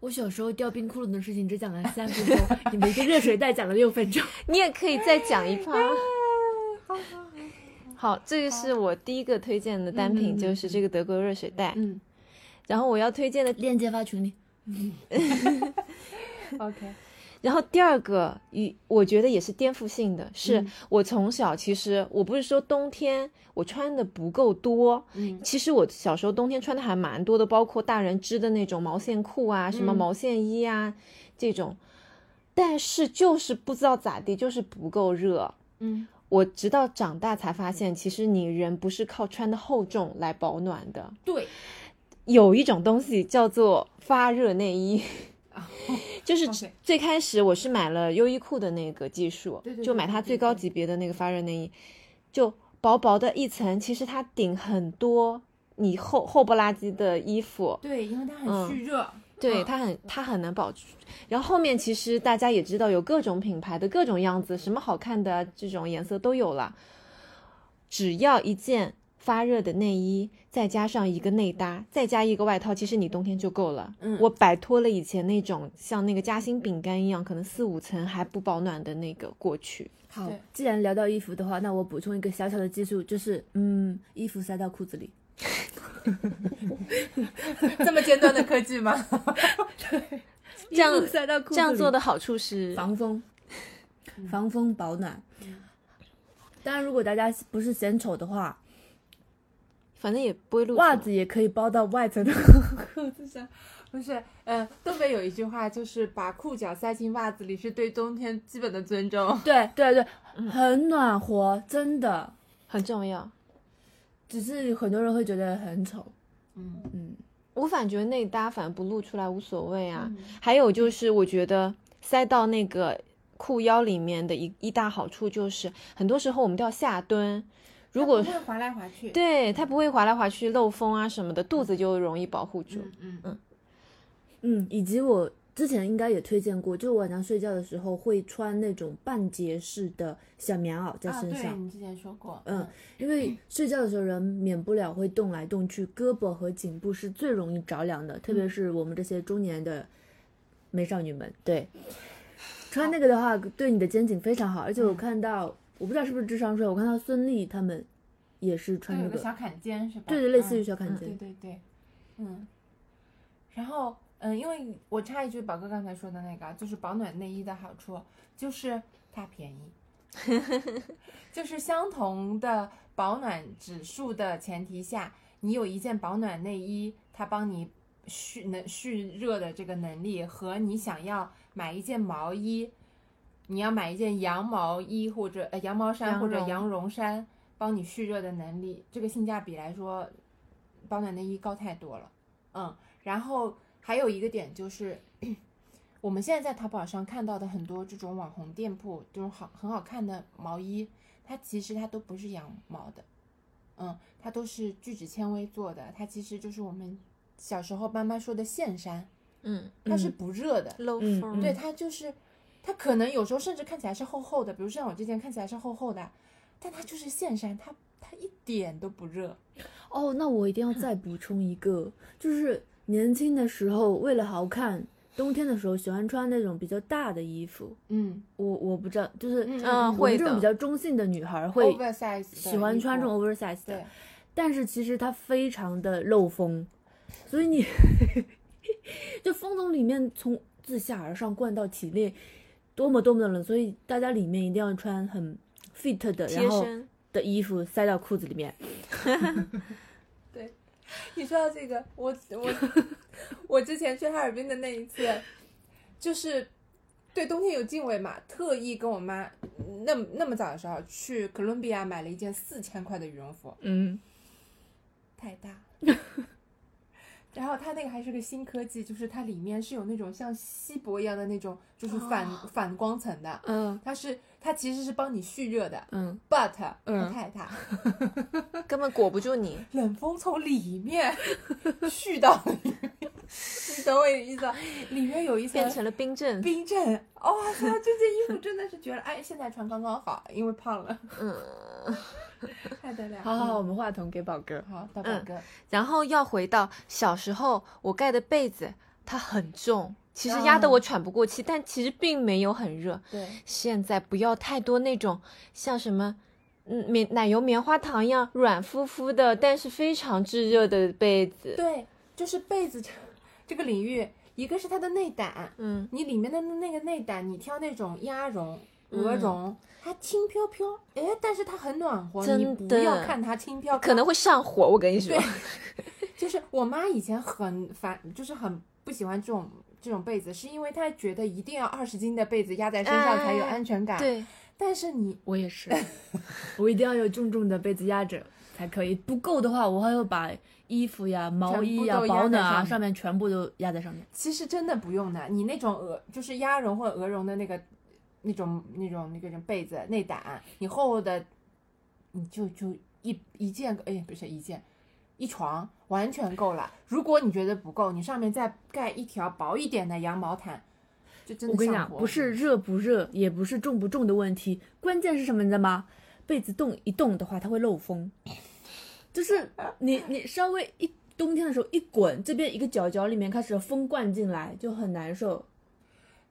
S1: 我小时候掉冰窟窿的事情只讲了三分钟，你们一个热水袋讲了六分钟。
S2: 你也可以再讲一趴。
S3: 哎好好好，
S2: 好，这个是我第一个推荐的
S3: 嗯
S2: 单
S3: 嗯
S2: 品，
S3: 嗯
S2: 就是这个德国热水袋。
S3: 嗯，
S2: 然后我要推荐的，
S1: 链接发群里。
S3: OK，
S2: 然后第二个，一我觉得也是颠覆性的，是
S1: 嗯
S2: 我从小其实我不是说冬天我穿的不够多，
S3: 嗯
S2: 其实我小时候冬天穿的还蛮多的，包括大人织的那种毛线裤啊，什么
S3: 嗯
S2: 毛线衣啊、这种，但是就是不知道咋地，就是不够热。
S3: 嗯
S2: 我直到长大才发现，其实你人不是靠穿的厚重来保暖的，
S3: 对，
S2: 有一种东西叫做发热内衣。
S3: 哦
S2: 就是
S3: 哇塞
S2: 最开始我是买了优衣库的那个技术，
S3: 对对对
S2: 就买它最高级别的那个发热内衣，就薄薄的一层，其实它顶很多你厚厚不拉几的衣服，
S3: 对，因为它
S2: 嗯
S3: 很蓄热，嗯
S2: 对它很它很能保住。然后后面其实大家也知道有各种品牌的各种样子，什么好看的啊这种颜色都有了。只要一件发热的内衣，再加上一个内搭，再加一个外套，其实你冬天就够了。
S3: 嗯
S2: 我摆脱了以前那种像那个夹心饼干一样，可能四五层还不保暖的那个过去。
S1: 好
S3: 对，
S1: 既然聊到衣服的话，那我补充一个小小的技术，就是嗯，衣服塞到裤子里。
S3: 这么尖端的科技吗？
S2: 这样
S1: 衣服塞到裤子
S2: 这
S1: 里
S2: 样做的嗯好处是，
S1: 防风，防风保暖。
S2: 嗯
S1: 当然，如果大家不是嫌丑的话，
S2: 反正也不会露
S1: 袜
S2: 出来
S1: 子也可以包到外层的。
S3: 裤子上不是，嗯，东北有一句话，就是把裤脚塞进袜子里，是对冬天基本的尊重。
S1: 对对对，
S2: 嗯
S1: 很暖和，真的。
S2: 很重要。
S1: 只是很多人会觉得很丑，
S3: 嗯
S1: 嗯，
S2: 我反觉内搭反正不露出来无所谓啊。
S3: 嗯
S2: 还有就是，我觉得塞到那个裤腰里面的一一大好处就是，很多时候我们都要下蹲，如果
S3: 它不会滑来滑去，，
S2: 对它不会滑来滑去漏风啊什么的，肚子就容易保护住。
S3: 嗯
S2: 嗯
S3: 嗯
S1: 嗯，以及我之前应该也推荐过，就晚上睡觉的时候会穿那种半截式的小棉袄在
S3: 啊，
S1: 身
S3: 对
S1: 上，
S3: 你之前说过，
S1: 嗯，因为睡觉的时候人免不了会动来动去，胳膊和颈部是最容易着凉的，特
S3: 嗯
S1: 别是我们这些中年的美少女们，对，穿那个的话对你的肩颈非常好，而
S3: 嗯
S1: 且我看到，我不知道是不是智商税，我看到孙俪她们也是
S3: 都
S1: 穿
S3: 有
S1: 那
S3: 个小坎肩是吧？
S1: 对对，类似
S3: 嗯
S1: 于小坎
S2: 嗯
S1: 肩，
S3: 对对对，嗯。然后，嗯，因为我插一句，宝哥刚才说的那个，啊就是保暖内衣的好处，就是它便宜， 就是相同的保暖指数的前提下，你有一件保暖内衣，它帮你蓄能蓄热的这个能力，和你想要买一件毛衣，你要买一件羊毛衣或者呃羊毛衫
S2: 羊
S3: 或者
S2: 绒
S3: 羊绒衫，帮你蓄热的能力，这个性价比来说，保暖内衣高太多了。嗯，然后还有一个点就是， 我们现在在淘宝上看到的很多这种网红店铺，这种好很好看的毛衣，它其实它都不是羊毛的，嗯，它都是聚酯纤维做的，它其实就是我们小时候妈妈说的线衫，
S2: 嗯，
S3: 它是
S1: 嗯
S3: 不热的，
S2: 漏
S1: 嗯
S2: 风。
S3: 对，它就是它可能有时候甚至看起来是厚厚的，比如像我这件看起来是厚厚的，但它就是线衫，它它一点都不热，
S1: 哦，那我一定要再补充一个，就是年轻的时候为了好看，冬天的时候喜欢穿那种比较大的衣服。
S3: 嗯
S1: 我我不知道，就是
S3: 嗯嗯
S2: 嗯
S1: 我们
S2: 会
S1: 这
S2: 的
S1: 种比较中性的女孩儿会
S3: ，oversize
S1: 喜欢穿这种 oversize 的
S3: 对，，
S1: 但是其实它非常的漏风，所以你 就风从里面从自下而上灌到体内，多么多么的冷，所以大家里面一定要穿很 fit 的，然
S2: 贴
S1: 后
S2: 身。
S1: 的衣服塞到裤子里面。
S3: 你说到这个，我 我我之前去哈尔滨的那一次，就是对冬天有敬畏嘛，特意跟我妈那么那么早的时候去哥伦比亚买了一件四千块的羽绒服，
S1: 嗯，
S3: 太大。 然后它那个还是个新科技，就是它里面是有那种像锡箔一样的那种，就是反、
S1: 哦
S3: 反光层的。
S1: 嗯
S3: 它是它其实是帮你蓄热的
S1: 嗯，
S3: ，but 它
S1: 嗯
S3: 太大，
S2: 根本裹不住你，
S3: 冷风从里面 蓄到里面，你懂我的意思吧？里面有一层
S2: 变成了冰镇。
S3: 冰镇。哇、塞，这件衣服真的是觉得，哎，现在穿刚刚好，因为胖了，
S2: 嗯，
S3: 太得了。
S1: 好好，好，我们话筒给宝哥
S3: 嗯，。好，到宝哥，
S2: 然后要回到小时候，我盖的被子它很重，其实压得我喘不过气，但其实并没有很热。
S3: 对，
S2: 现在不要太多那种像什么，嗯，棉奶油棉花糖一样软乎乎的，但是非常炙热的被子。
S3: 对，就是被子 这这个领域，一个是它的内胆，
S2: 嗯，
S3: 你里面的那个内胆，你挑那种鸭绒、鹅
S2: 嗯
S3: 绒，它轻飘飘，哎，但是它很暖和，
S2: 真
S3: 你不要
S2: 的
S3: 看它轻飘飘，
S2: 哦可能会上火。我跟你说，
S3: 就是我妈以前很烦，就是很不喜欢这种这种被子，是因为她觉得一定要二十斤的被子压在身上才有
S2: 哎
S3: 安 全感。，
S2: 对，
S3: 但是你
S1: 我也 是，我一定要有重重的被子压着才可以，不够的话，我还要把衣服呀、毛衣呀、
S3: 全部都压在
S1: 保暖啊
S3: 上面
S1: 上面全部都压在上面。
S3: 其实真的不用的，你那种鹅就是鸭绒或者鹅绒的那个那种那种那个人被子内胆，你厚厚的，你就就一一件哎不是一件。一床完全够了。如果你觉得不够，你上面再盖一条薄一点的羊毛毯，就真的
S1: 我跟你
S3: 上
S1: 讲，
S3: 火
S1: 不是热不热，也不是重不重的问题，关键是什么，你知道吗？被子动一动的话，它会漏风，就是你你稍微一冬天的时候一滚，这边一个角角里面开始风灌进来，就很难受。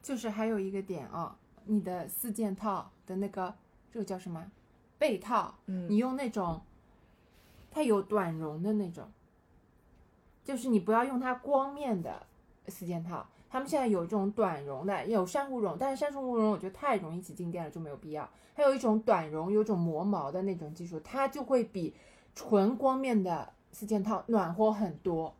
S3: 就是还有一个点啊、你的四件套的那个这个叫什么被套，
S1: 嗯
S3: 你用那种它有短绒的那种，就是你不要用它光面的四件套。他们现在有这种短绒的，有珊瑚绒，但是珊瑚绒我觉得太容易起静电了，就没有必要。还有一种短绒，有一种磨毛的那种技术，它就会比纯光面的四件套暖和很多，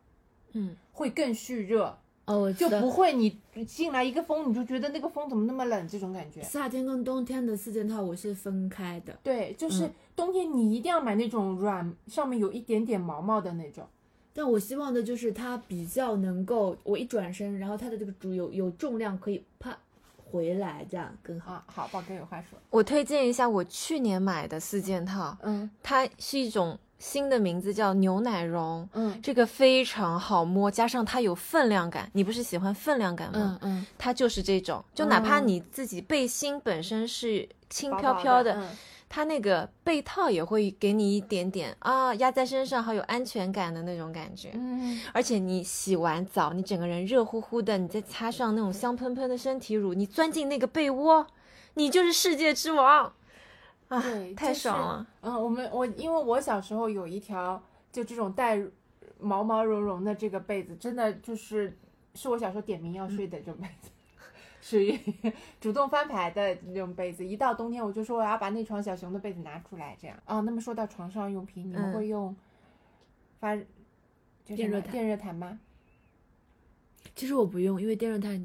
S2: 嗯，
S3: 会更蓄热，
S1: 哦，我
S3: 就不会你进来一个风，你就觉得那个风怎么那么冷这种感觉。
S1: 夏天跟冬天的四件套我是分开的，
S3: 对，就是
S1: 嗯
S3: 冬天你一定要买那种软，上面有一点点毛毛的那种。
S1: 但我希望的就是它比较能够，我一转身，然后它的这个主有有重量可以啪回来，这样更好。
S3: 啊，好，宝哥有话说。
S2: 我推荐一下我去年买的四件套，
S3: 嗯
S2: 它是一种新的名字叫牛奶绒，
S3: 嗯
S2: 这个非常好摸，加上它有分量感。你不是喜欢分量感吗？
S3: 嗯，
S2: 它就是这种，就哪怕
S3: 嗯
S2: 你自己背心本身是轻
S3: 薄
S2: 飘
S3: 薄
S2: 飘
S3: 的，
S2: 的，嗯它那个被套也会给你一点点啊，压在身上好有安全感的那种感觉。
S3: 嗯，嗯
S2: 而且你洗完澡，你整个人热乎乎的，你再擦上那种香喷喷的身体乳，你钻进那个被窝，你就是世界之王啊
S3: 对！
S2: 太
S3: 就是
S2: 爽了。
S3: 嗯，我们我因为我小时候有一条就这种带毛毛茸茸的这个被子，真的就是是我小时候点名要睡的这种被子， 属于 主动翻牌的那种被子。一到冬天，我就说我要把那床小熊的被子拿出来，这样啊、那么说到床上用品，你们
S2: 嗯
S3: 会用发就什
S1: 电
S3: 么
S1: 热毯
S3: 电热毯吗？
S1: 其实我不用，因为电热毯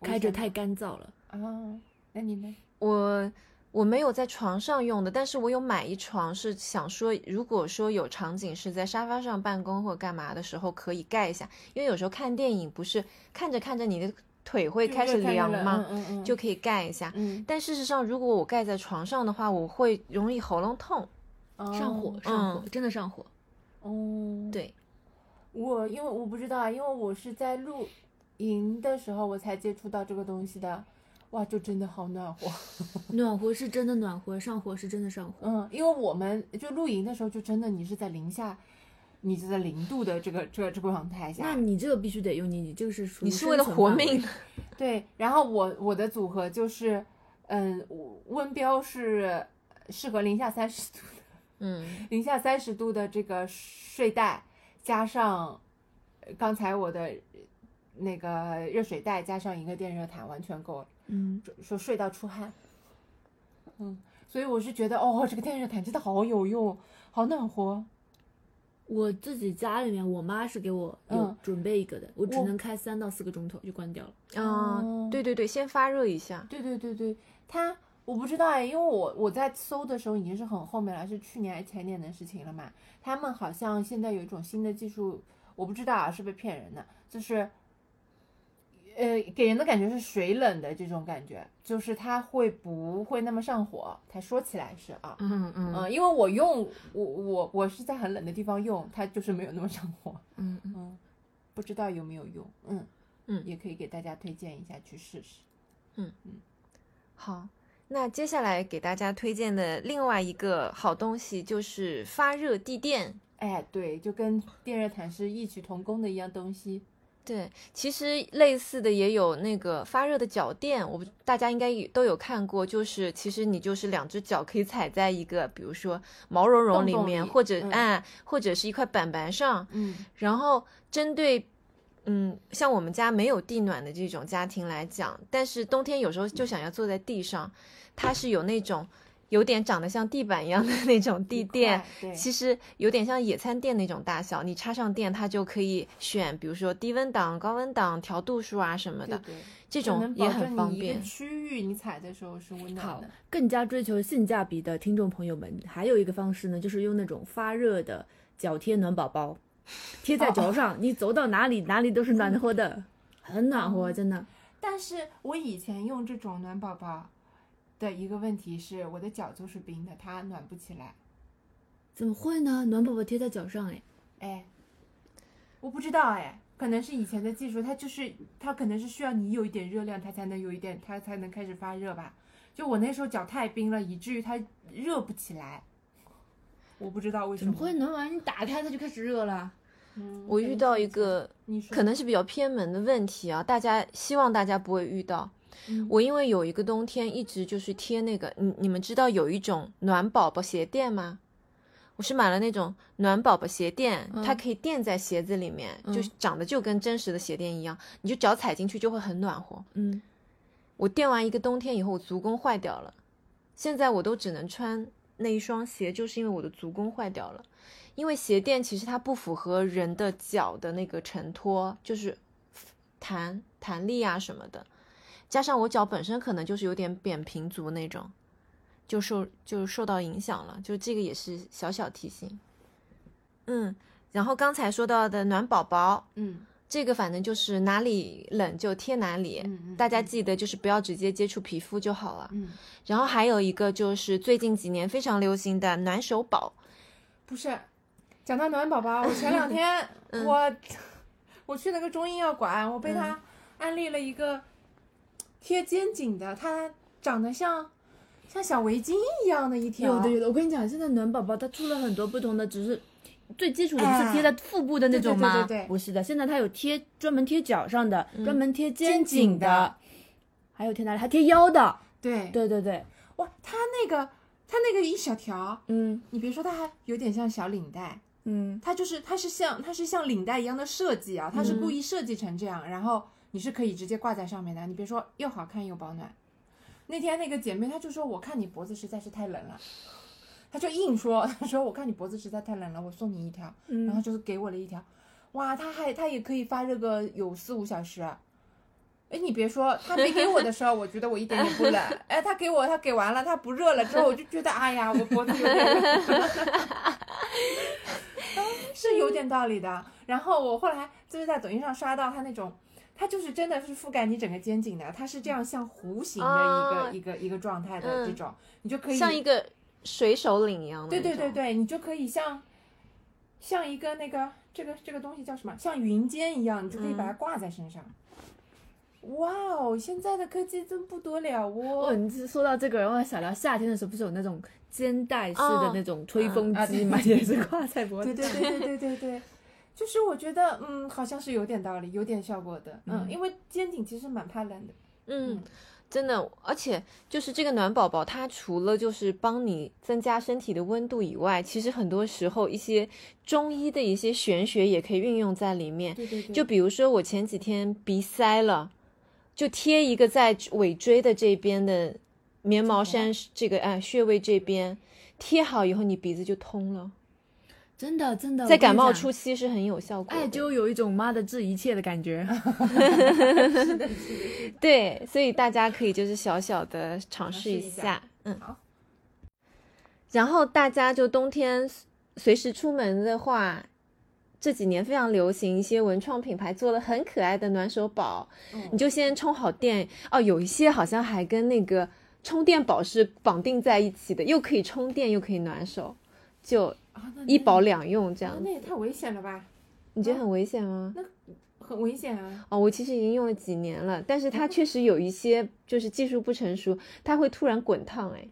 S3: 我
S1: 开着
S3: 想
S1: 太干燥了。
S3: 啊，那你呢？
S2: 我我没有在床上用的，但是我有买一床，是想说，如果说有场景是在沙发上办公或干嘛的时候，可以盖一下，因为有时候看电影不是看着看着你的腿会
S3: 就
S2: 开
S3: 越
S2: 始
S3: 看越
S2: 凉
S3: 冷
S2: 吗？
S3: 嗯嗯嗯，
S2: 就可以盖一下。
S3: 嗯
S2: 但事实上，如果我盖在床上的话，我会容易喉咙痛。
S1: 上火，上火，真的上火。
S3: 哦，嗯
S2: 对，
S3: 我因为我不知道啊，因为我是在露营的时候我才接触到这个东西的，哇，就真的好暖和。
S1: 暖和是真的暖和，上火是真的上火。
S3: 嗯，因为我们就露营的时候，就真的你是在零下，你就在零度的这个这个这个状态下
S1: 那，你这个必须得用嗯你，你这个是属于
S2: 你是为了
S1: 生存
S2: 活
S1: 范围
S2: 命。的。
S3: 对。然后我我的组合就是，嗯，我温标是适合零下三十度
S2: 嗯，
S3: 零下三十度的这个睡袋，加上呃刚才我的呃那个热水袋，加上一个电热毯，完全够了。
S1: 嗯，
S3: 就说睡到出汗。嗯，所以我是觉得，哦，这个电热毯真的好有用，好暖和。
S1: 我自己家里面，我妈是给我有
S3: 嗯
S1: 准备一个的，我只
S3: 我
S1: 能开三到四个钟头就关掉了。
S2: 啊、
S3: 哦
S2: 对对对，先发热一下。
S3: 对对对对，它我不知道哎，因为我我在搜的时候已经是很后面了，是去年还是前年的事情了嘛。他们好像现在有一种新的技术，我不知道啊，是不是骗人的？就是，呃，给人的感觉是水冷的这种感觉，就是它会不会那么上火？它说起来是啊，
S1: 嗯嗯
S3: 嗯，因为我用我我我是在很冷的地方用，它就是没有那么上火。
S1: 嗯嗯，
S3: 嗯，不知道有没有用，嗯
S2: 嗯
S3: 也可以给大家推荐一下去试试。
S2: 好，那接下来给大家推荐的另外一个好东西就是发热地垫。
S3: 哎，对，就跟电热毯是异曲同工的一样东西。
S2: 对，其实类似的也有那个发热的脚垫，我不大家应该也都有看过，就是其实你就是两只脚可以踩在一个，比如说毛茸茸里
S3: 洞洞
S2: 面，
S3: 里
S2: 或者
S3: 嗯
S2: 哎、或者是一块板板上，
S3: 嗯
S2: 然后针对，嗯，像我们家没有地暖的这种家庭来讲，但是冬天有时候就想要坐在地上，它是有那种有点长得像地板一样的那种地垫，，
S3: 对，
S2: 其实有点像野餐垫那种大小，你插上垫，它就可以选，比如说低温档、高温档、调度数啊什么
S3: 对
S2: 的，
S3: 对，
S2: 这
S3: 就
S2: 种
S3: 能
S2: 也
S3: 保
S2: 很
S3: 证
S2: 方
S3: 你一个
S2: 便。
S3: 区域你踩的时候是温暖
S1: 好
S3: 的，，
S1: 更加追求性价比的听众朋友们，还有一个方式呢，就是用那种发热的脚贴暖宝 宝，贴在脚上，你走到哪里哪里都是暖和的，很暖和，真的。
S3: 但是我以前用这种暖宝宝的一个问题是，我的脚就是冰的，它暖不起来。
S1: 怎么会呢？暖宝宝贴在脚上，哎，
S3: 哎，我不知道哎，可能是以前的技术，它就是它可能是需要你有一点热量，它才能有一点，它才能开始发热吧。就我那时候脚太冰了，以至于它热不起来。我不知道为什
S1: 怎
S3: 么
S1: 么会暖宝宝？你打开它就开始热了。
S3: 嗯
S2: 我遇到一，
S3: 可能是以前
S2: 个
S3: 你说
S2: 可能是比较偏门的问题啊，大家希望大家不会遇到。
S3: 嗯
S2: 我因为有一个冬天一直就是贴那个，你你们知道有一种暖宝宝鞋垫吗？我是买了那种暖宝宝鞋垫，
S1: 嗯
S2: 它可以垫在鞋子里面，
S1: 嗯
S2: 就是长得就跟真实的鞋垫一样，你就脚踩进去就会很暖和。
S1: 嗯，
S2: 我垫完一个冬天以后，我足弓坏掉了，现在我都只能穿那一双鞋，就是因为我的足弓坏掉了。因为鞋垫其实它不符合人的脚的那个承托，就是弹弹力啊什么的，加上我脚本身可能就是有点扁平足那种，就受就受到影响了，就这个也是小小提醒。嗯，然后刚才说到的暖宝宝，
S3: 嗯
S2: 这个反正就是哪里冷就贴哪里，
S3: 嗯嗯，
S2: 大家
S3: 嗯
S2: 记得就是不要直接接触皮肤就好了。
S3: 嗯
S2: 然后还有一个就是最近几年非常流行的暖手宝，
S3: 不是，讲到暖宝宝，我前两天
S2: 嗯
S3: 我 我去那个中医药馆，我被他安利了一个贴肩颈的，它长得像像小围巾一样的一条，
S1: 有的啊有的，我跟你讲，现在暖宝宝它出了很多不同的，只是最基础的不
S3: 哎
S1: 是贴在腹部的那种吗？
S3: 对对对对对
S1: 不是的，现在它有贴专门贴脚上的，专门贴肩
S3: 肩颈
S1: 颈的
S3: 的，
S1: 还有贴哪里？还贴腰的。
S3: 对
S1: 对对对，
S3: 哇，它那个它那个一小条，
S1: 嗯
S3: 你别说，它还有点像小领带，
S1: 嗯，
S3: 它就是它是像它是像领带一样的设计啊，它是故意设计成这样，然后你是可以直接挂在上面的。啊你别说，又好看又保暖。那天那个姐妹她就说，我看你脖子实在是太冷了，她就硬说，她说我看你脖子实在太冷了，我送你一条，
S1: 嗯
S3: 然后就是给我了一条，哇，它还它也可以发热个有四五小时。哎，你别说，她没给我的时候，我觉得我一点也不冷。哎，她给我，她给完了，她不热了之后，我就觉得，哎呀，我脖子有点冷。 是有点道理的。然后我后来就是在抖音上刷到它那种，它就是真的是覆盖你整个肩颈的，它是这样像弧形的一个、
S2: 哦
S3: 一个一个状态的
S2: 嗯
S3: 这种，你就可以
S2: 像一个水手领一样的
S3: 对
S2: 那种。
S3: 对对对，你就可以像像一个那个这个这个东西叫什么，像云肩一样，你就可以把
S2: 嗯
S3: 它挂在身上。哇哦，现在的科技真不得了
S1: 哦，
S3: 哦！
S1: 你是说到这个，然后想到夏天的时候，不是有那种肩带式的
S2: 哦
S1: 那种吹风
S3: 啊
S1: 机
S3: 对
S1: 嘛，也是挂在脖
S3: 对
S1: 子。
S3: 对对对对对对，就是我觉得嗯，好像是有点道理，有点效果的。嗯，
S1: 嗯
S3: 因为肩颈其实蛮怕冷的。
S2: 嗯，真的，而且就是这个暖宝宝，它除了就是帮你增加身体的温度以外，其实很多时候一些中医的一些玄学也可以运用在里面。
S3: 对对对，
S2: 就比如说我前几天鼻塞了，就贴一个在尾椎的这边的棉毛山这个哎穴位这边，贴好以后你鼻子就通了，
S1: 真的真的，我
S2: 在
S1: 跟
S2: 感
S1: 你
S2: 冒
S1: 讲
S2: 初期是很有效果的。
S1: 哎，就有一种妈的治一切的感 觉。
S2: 对，所以大家可以就是小小的尝试一
S3: 尝试一
S2: 下
S3: 下，
S2: 嗯
S3: 好。
S2: 然后大家就冬天随时出门的话，这几年非常流行一些文创品牌做了很可爱的暖手宝，
S3: 嗯
S2: 你就先充好电哦。有一些好像还跟那个充电宝是绑定在一起的，又可以充电又可以暖手，就
S3: 啊，那
S2: 一
S3: 那
S2: 宝两用这
S3: 那
S2: 样
S3: 那。也太危险了吧，
S2: 你觉得很危险吗？
S3: 很危险啊！
S2: 哦，我其实已经用了几年了，但是它确实有一些就是技术不成熟，它会突然滚烫哎。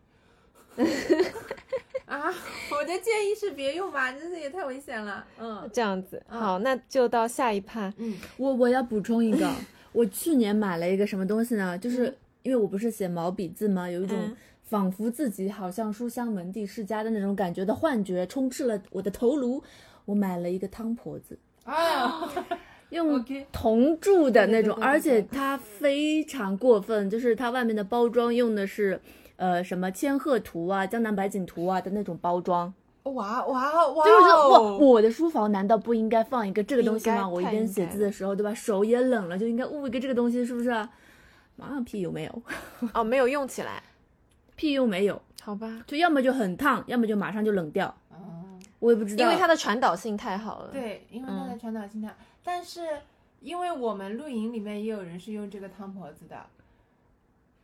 S3: 啊，我的建议是别用吧，真的也太危险了。嗯
S2: 这样子。好，那就到下一趴。
S3: 嗯
S1: 我我要补充一个，我去年买了一个什么东西呢？就是因为我不是写毛笔字嘛，有一种
S2: 嗯
S1: 仿佛自己好像书香门第世家的那种感觉的幻觉充斥了我的头颅。我买了一个汤婆子，
S3: 啊，
S1: 用
S3: OK
S1: 铜铸的
S3: 对
S1: 那
S3: 对
S1: 种，
S3: 对对
S1: 而且它非常过分，就是它外面的包装用的是。呃，什么千鹤图啊、江南百景图啊的那种包装，
S3: 哇哇哇！
S1: 就是说哇，
S3: 哦，
S1: 我的书房难道不应该放一个这个东西
S2: 应该
S1: 吗？我一
S2: 太
S1: 边
S2: 应
S1: 写
S2: 该
S1: 字的时候，对吧？手也冷了，就应该捂一个这个东西，是不是？马上屁用没有，
S2: 哦，没有用起来，
S1: 屁用没有，
S2: 好吧？
S1: 就要么就很烫，要么就马上就冷掉，
S3: 嗯
S1: 我也不知道。
S2: 因为它的传导性太好了。，
S3: 对，因为它的传导性态，但是因为我们露营里面也有人是用这个汤婆子的，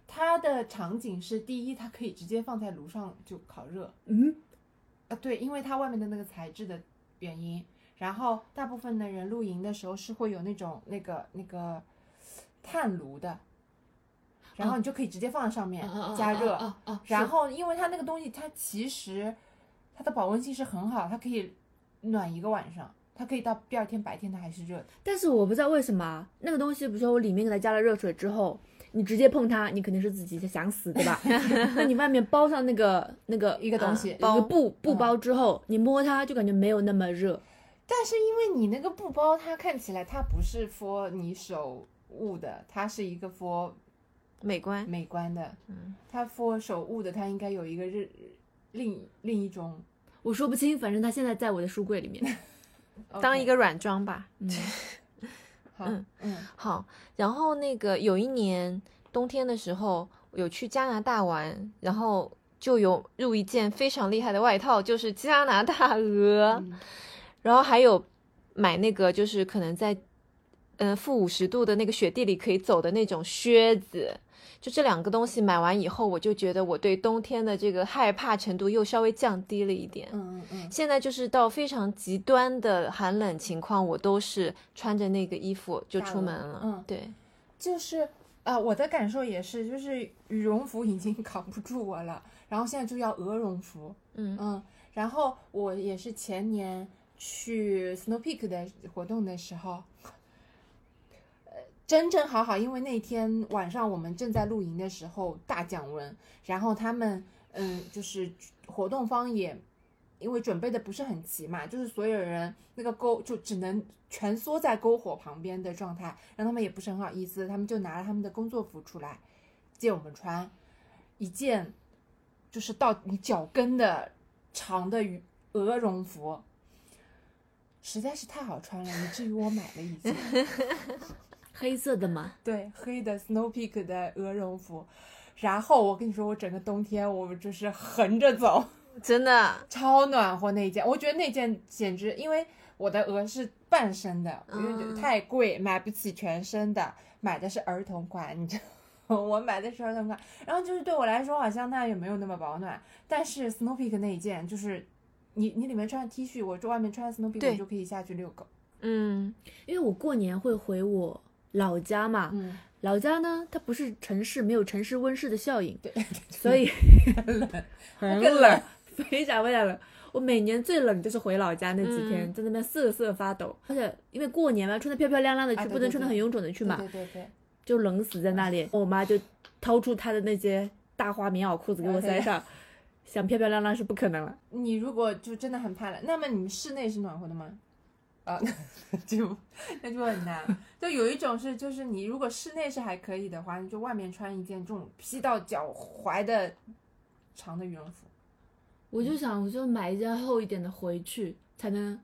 S3: 它的场景是第一，它可以直接放在炉上就烤热
S1: 嗯，
S3: 啊，对，因为它外面的那个材质的原因，然后大部分的人露营的时候是会有那种那个那个炭炉的，然后你就可以直接放在上面加热，
S2: 哦哦，
S3: 然后，因为它那个东西，它其实它的保温性是很好，它可以暖一个晚上，它可以到第二天白天它还是热的。
S1: 但是我不知道为什么啊那个东西，比如说我里面给它加了热水之后，你直接碰它，你肯定是自己想 死，对吧？那你外面包上那个那个
S3: 一个东西
S1: 一
S2: 包
S1: 个布布
S3: 嗯
S1: 包之后，你摸它就感觉没有那么热。
S3: 但是因为你那个布包，它看起来它不是 for 你手捂的，它是一个 for
S2: 美观。
S3: 美观的，
S2: 嗯
S3: 它 for 手捂的，它应该有一个日另另一种。
S1: 我说不清，反正它现在在我的书柜里面。
S2: 当一个软装吧。
S1: 嗯
S3: 呃好，
S2: 嗯
S3: 嗯
S2: 好，然后那个有一年冬天的时候，有去加拿大玩，然后就有入一件非常厉害的外套，就是加拿大鹅，
S3: 嗯
S2: 然后还有买那个就是可能在嗯负五十度的那个雪地里可以走的那种靴子。就这两个东西买完以后，我就觉得我对冬天的这个害怕程度又稍微降低了一点。
S3: 嗯嗯
S2: 现在就是到非常极端的寒冷情况，我都是穿着那个衣服就出门
S3: 大
S2: 了。
S3: 鹅嗯
S2: 对，
S3: 就是啊、呃我的感受也是，就是羽绒服已经 扛不住我了，然后现在就要鹅绒服。
S2: 嗯
S3: 嗯，然后我也是前年去 Snow Peak 的活动的时候，呃，真正好好，因为那天晚上我们正在露营的时候大降温，然后他们嗯，就是活动方也因为准备的不是很齐嘛，就是所有人那个篝就只能蜷缩在篝火旁边的状态，让他们也不是很好意思，他们就拿了他们的工作服出来借我们穿，一件就是到你脚跟的长的羽鹅绒服，实在是太好穿了，以至于我买了一件。
S1: 黑色的嘛，
S3: 对，黑的 Snow Peak 的鹅绒服。然后我跟你说，我整个冬天我就是横着走，
S2: 真的，
S3: 超暖和那一件。我觉得那件简直，因为我的鹅是半身的，因为觉得
S2: 嗯
S3: 太贵，买不起全身的，买的是儿童款，你知道。 我买的是儿童款，然后就是对我来说，好像它也没有那么保暖。但是 Snow Peak 那一件，就是你你里面穿 T 恤，我这外面穿 Snow Peak，
S2: 对
S3: 我就可以下去遛狗。
S2: 嗯
S1: 因为我过年会回我老家嘛，
S3: 嗯，
S1: 老家呢它不是城市，没有城市温室的效应，
S3: 对，
S1: 所以
S3: 我
S1: 很
S3: 更冷，
S1: 非常非常冷。我每年最冷就是回老家那几天，在那边瑟瑟发抖，而且因为过年嘛，穿的漂漂亮亮的去，
S3: 啊对
S1: 不能
S3: 对
S1: 穿的很臃肿的去嘛，
S3: 对对对
S1: 就冷死在那里。我妈就掏出她的那些大花棉袄裤子给我塞 上，想漂漂亮亮是不可能了。
S3: 你如果就真的很怕冷，那么你们室内是暖和的吗？啊， 那就那就很难。就有一种是，就是你如果室内是还可以的话，你就外面穿一件这种披到脚踝的长的羽绒服。
S1: 我就想，我就买一件厚一点的回去，才能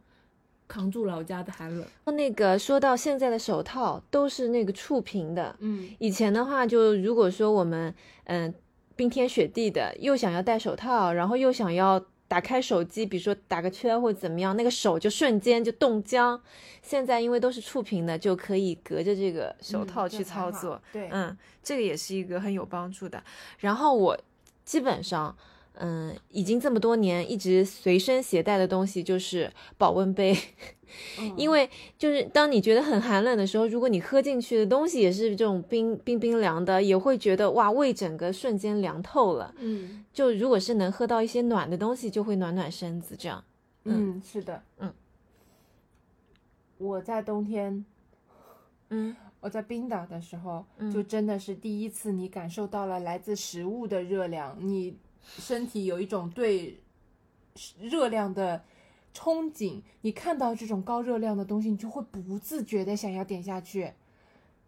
S1: 扛住老家的寒冷。
S2: 那个说到现在的手套都是那个触屏的，
S3: 嗯，
S2: 以前的话就如果说我们嗯冰天雪地的，又想要戴手套，然后又想要。打开手机，比如说打个圈或者怎么样，那个手就瞬间就冻僵。现在因为都是触屏的，就可以隔着这个手
S3: 嗯
S2: 套去操作。嗯
S3: 对，
S2: 嗯，这个也是一个很有帮助的。然后我基本上，嗯，已经这么多年一直随身携带的东西就是保温杯，
S3: 嗯
S2: 因为就是当你觉得很寒冷的时候，如果你喝进去的东西也是这种冰冰冰凉的，也会觉得哇，胃整个瞬间凉透了。
S3: 嗯
S2: 就如果是能喝到一些暖的东西，就会暖暖身子这样。
S3: 嗯，是的，
S2: 嗯，
S3: 我在冬天。
S2: 嗯，
S3: 我在冰岛的时候，
S2: 嗯
S3: 就真的是第一次，你感受到了来自食物的热量，你身体有一种对热量的憧憬，你看到这种高热量的东西，你就会不自觉的想要点下去。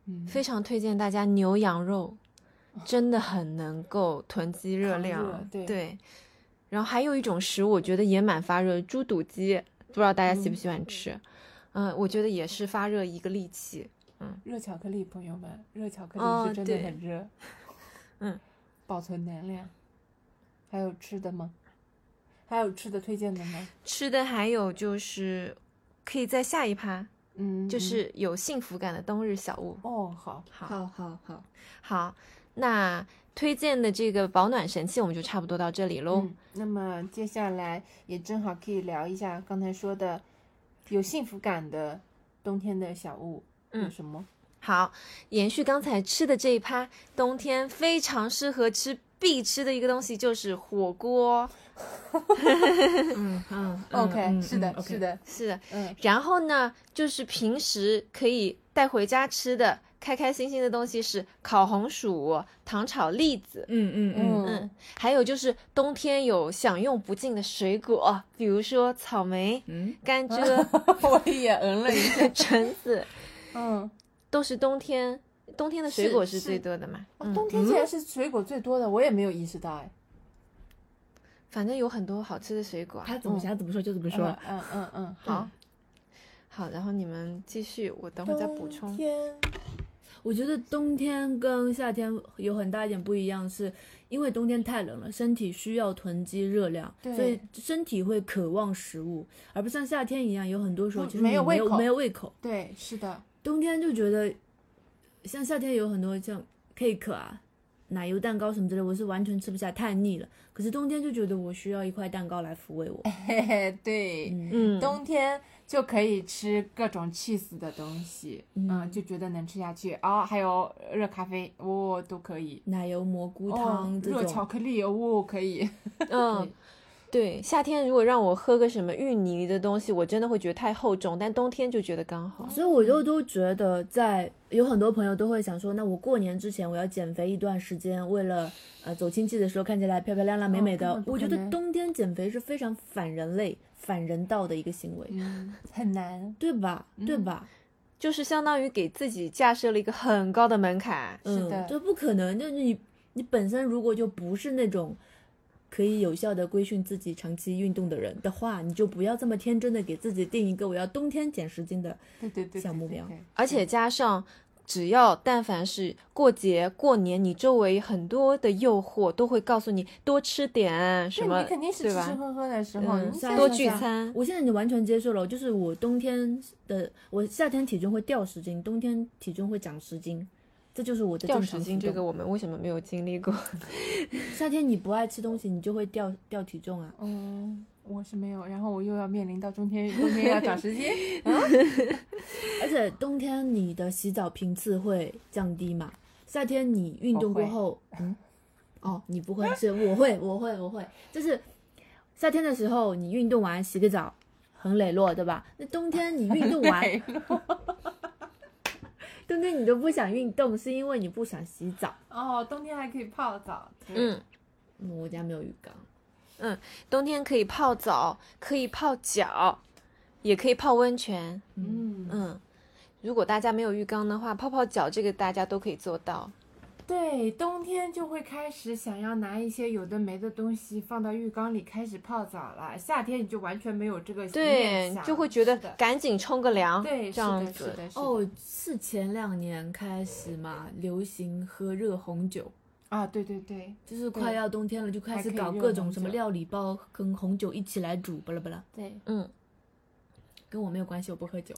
S3: 嗯，
S2: 非常推荐大家牛羊肉，真的很能够囤积热
S3: 抗
S2: 量。
S3: 热对
S2: 然后还有一种食物，我觉得也蛮发热，猪肚鸡，不知道大家喜不喜欢吃？嗯、我觉得也是发热一个利器。
S3: 热巧克力，朋友们，热巧克
S2: 哦
S3: 力是真的
S2: 对
S3: 很热。
S2: 嗯，
S3: 保存能量。还有吃的吗？还有吃的推荐的吗？
S2: 吃的还有就是，可以在下一趴，
S3: 嗯，
S2: 就
S3: 嗯
S2: 是有幸福感的冬日小物。
S3: 哦，好，
S1: 好好好，
S2: 好，那推荐的这个保暖神器我们就差不多到这里喽。
S3: 嗯，那么接下来也正好可以聊一下刚才说的有幸福感的冬天的小物有
S2: 嗯
S3: 什么？
S2: 好，延续刚才吃的这一趴，冬天非常适合吃必吃的一个东西就是火锅。
S1: 嗯嗯
S3: OK，是的是的
S2: 是的，
S3: 嗯
S2: 然后呢，就是平时可以带回家吃的开开心心的东西是烤红薯、糖炒栗子。
S1: 嗯嗯嗯，
S2: 嗯，还有就是冬天有享用不尽的水果，比如说草莓、
S1: 嗯
S2: 甘蔗、
S3: 我也嗯了一下。
S2: 橙子，
S3: 嗯，
S2: 都是冬天，冬天的水果
S3: 是
S2: 是最
S3: 是
S2: 多的嘛。
S3: 哦
S2: 嗯
S3: 冬天竟然是水果最多的，我也没有意识到哎。
S2: 反正有很多好吃的水果啊。
S1: 他怎么想怎么说就怎么说。
S3: 嗯嗯嗯，
S2: 好，好，然后你们继续，我等
S3: 嗯，
S2: 会儿再补充
S3: 冬。天，
S1: 我觉得冬天跟夏天有很大一点不一样，是因为冬天太冷了，身体需要囤积热量，
S3: 对
S1: 所以身体会渴望食物，而不像夏天一样，有很多时候
S3: 嗯
S1: 其实
S3: 没
S1: 你没
S3: 有胃口
S1: 没有胃口。
S3: 对，是的，
S1: 冬天就觉得，像夏天有很多像 cake 啊、奶油蛋糕什么之类，我是完全吃不下，太腻了。可是冬天就觉得我需要一块蛋糕来抚慰我。
S3: 嘿嘿，对，
S2: 嗯，
S3: 冬天就可以吃各种 cheese 的东西，
S1: 嗯
S3: 嗯，就觉得能吃下去啊，还有热咖啡，我都可以。
S1: 奶油蘑菇汤、
S3: 哦，
S1: 这
S3: 热
S1: 种，
S3: 巧克力，哦，可以。
S2: 嗯，对，夏天如果让我喝个什么芋泥的东西，我真的会觉得太厚重，但冬天就觉得刚好。
S1: 所以我就都觉得在，有很多朋友都会想说，那我过年之前我要减肥一段时间，为了呃走亲戚的时候看起来漂漂亮亮、美美的。
S3: 根本不
S1: 我觉
S3: 可
S1: 得
S3: 能
S1: 冬天减肥是非常反人类、反人道的一个行为，
S3: 嗯，很难。
S1: 对吧？对吧？
S2: 就是相当于给自己架设了一个很高的门槛。
S3: 是的
S1: 嗯，这不可能。就是你你本身如果就不是那种可以有效的规训自己长期运动的人的话，你就不要这么天真的给自己定一个我要冬天减十斤的。
S3: 对对对，
S1: 小
S3: 对
S1: 目
S3: 对
S1: 标
S3: 对
S2: 而且加上，只要但凡是过节、过年，你周围很多的诱惑都会告诉你多吃点什
S3: 对
S2: 么，
S3: 你肯定是
S2: 对
S3: 吃吃
S2: 吧？
S3: 喝喝的时候，
S2: 嗯
S3: 你，
S1: 像
S3: 想
S2: 多
S1: 像
S2: 聚
S1: 像
S2: 餐。
S1: 我现在已经完全接受了，就是我冬天的，我夏天体重会掉十斤，冬天体重会长十斤，这就是我的
S2: 掉
S1: 正
S2: 十
S1: 常
S2: 斤
S1: 浮
S2: 这个
S1: 动。
S2: 我们为什么没有经 历过？
S1: 夏天你不爱吃东西，你就会掉掉体重啊。
S3: 嗯，我是没有，然后我又要面临到冬 天，冬天要长时间，
S1: 而且冬天你的洗澡频次会降低嘛，夏天你运动过后，嗯，哦，你不会是？我会，我会，我会，就是夏天的时候你运动完洗个澡，很磊落，对吧？那冬天你运动 完，
S3: 对
S1: 冬天你都不想运动，是因为你不想洗澡。
S3: 哦，冬天还可以泡澡，对，
S2: 嗯，
S1: 嗯，我家没有浴缸。
S2: 冬天可以泡澡，可以泡脚，也可以泡温泉。
S3: 嗯，
S2: 嗯，如果大家没有浴缸的话，泡泡脚这个大家都可以做到。
S3: 对，冬天就会开始想要拿一些有的没的东西放到浴缸里开始泡澡了，夏天你就完全没有这个
S2: 对
S3: 念，想
S2: 就会觉得
S3: 是的
S2: 赶紧冲个凉，
S3: 对，
S2: 这
S3: 是
S2: 样
S3: 的，是
S2: 子。
S3: 的，是的
S1: 哦，是前两年开始嘛，流行喝热红酒，
S3: 啊，对对对
S1: 就是快要冬天了，就开始搞
S3: 还可以
S1: 各种什么
S3: 热红酒
S1: 料理包跟红酒一起来煮，巴拉巴拉。
S3: 对，
S2: 嗯，
S1: 跟我没有关系，我不喝酒。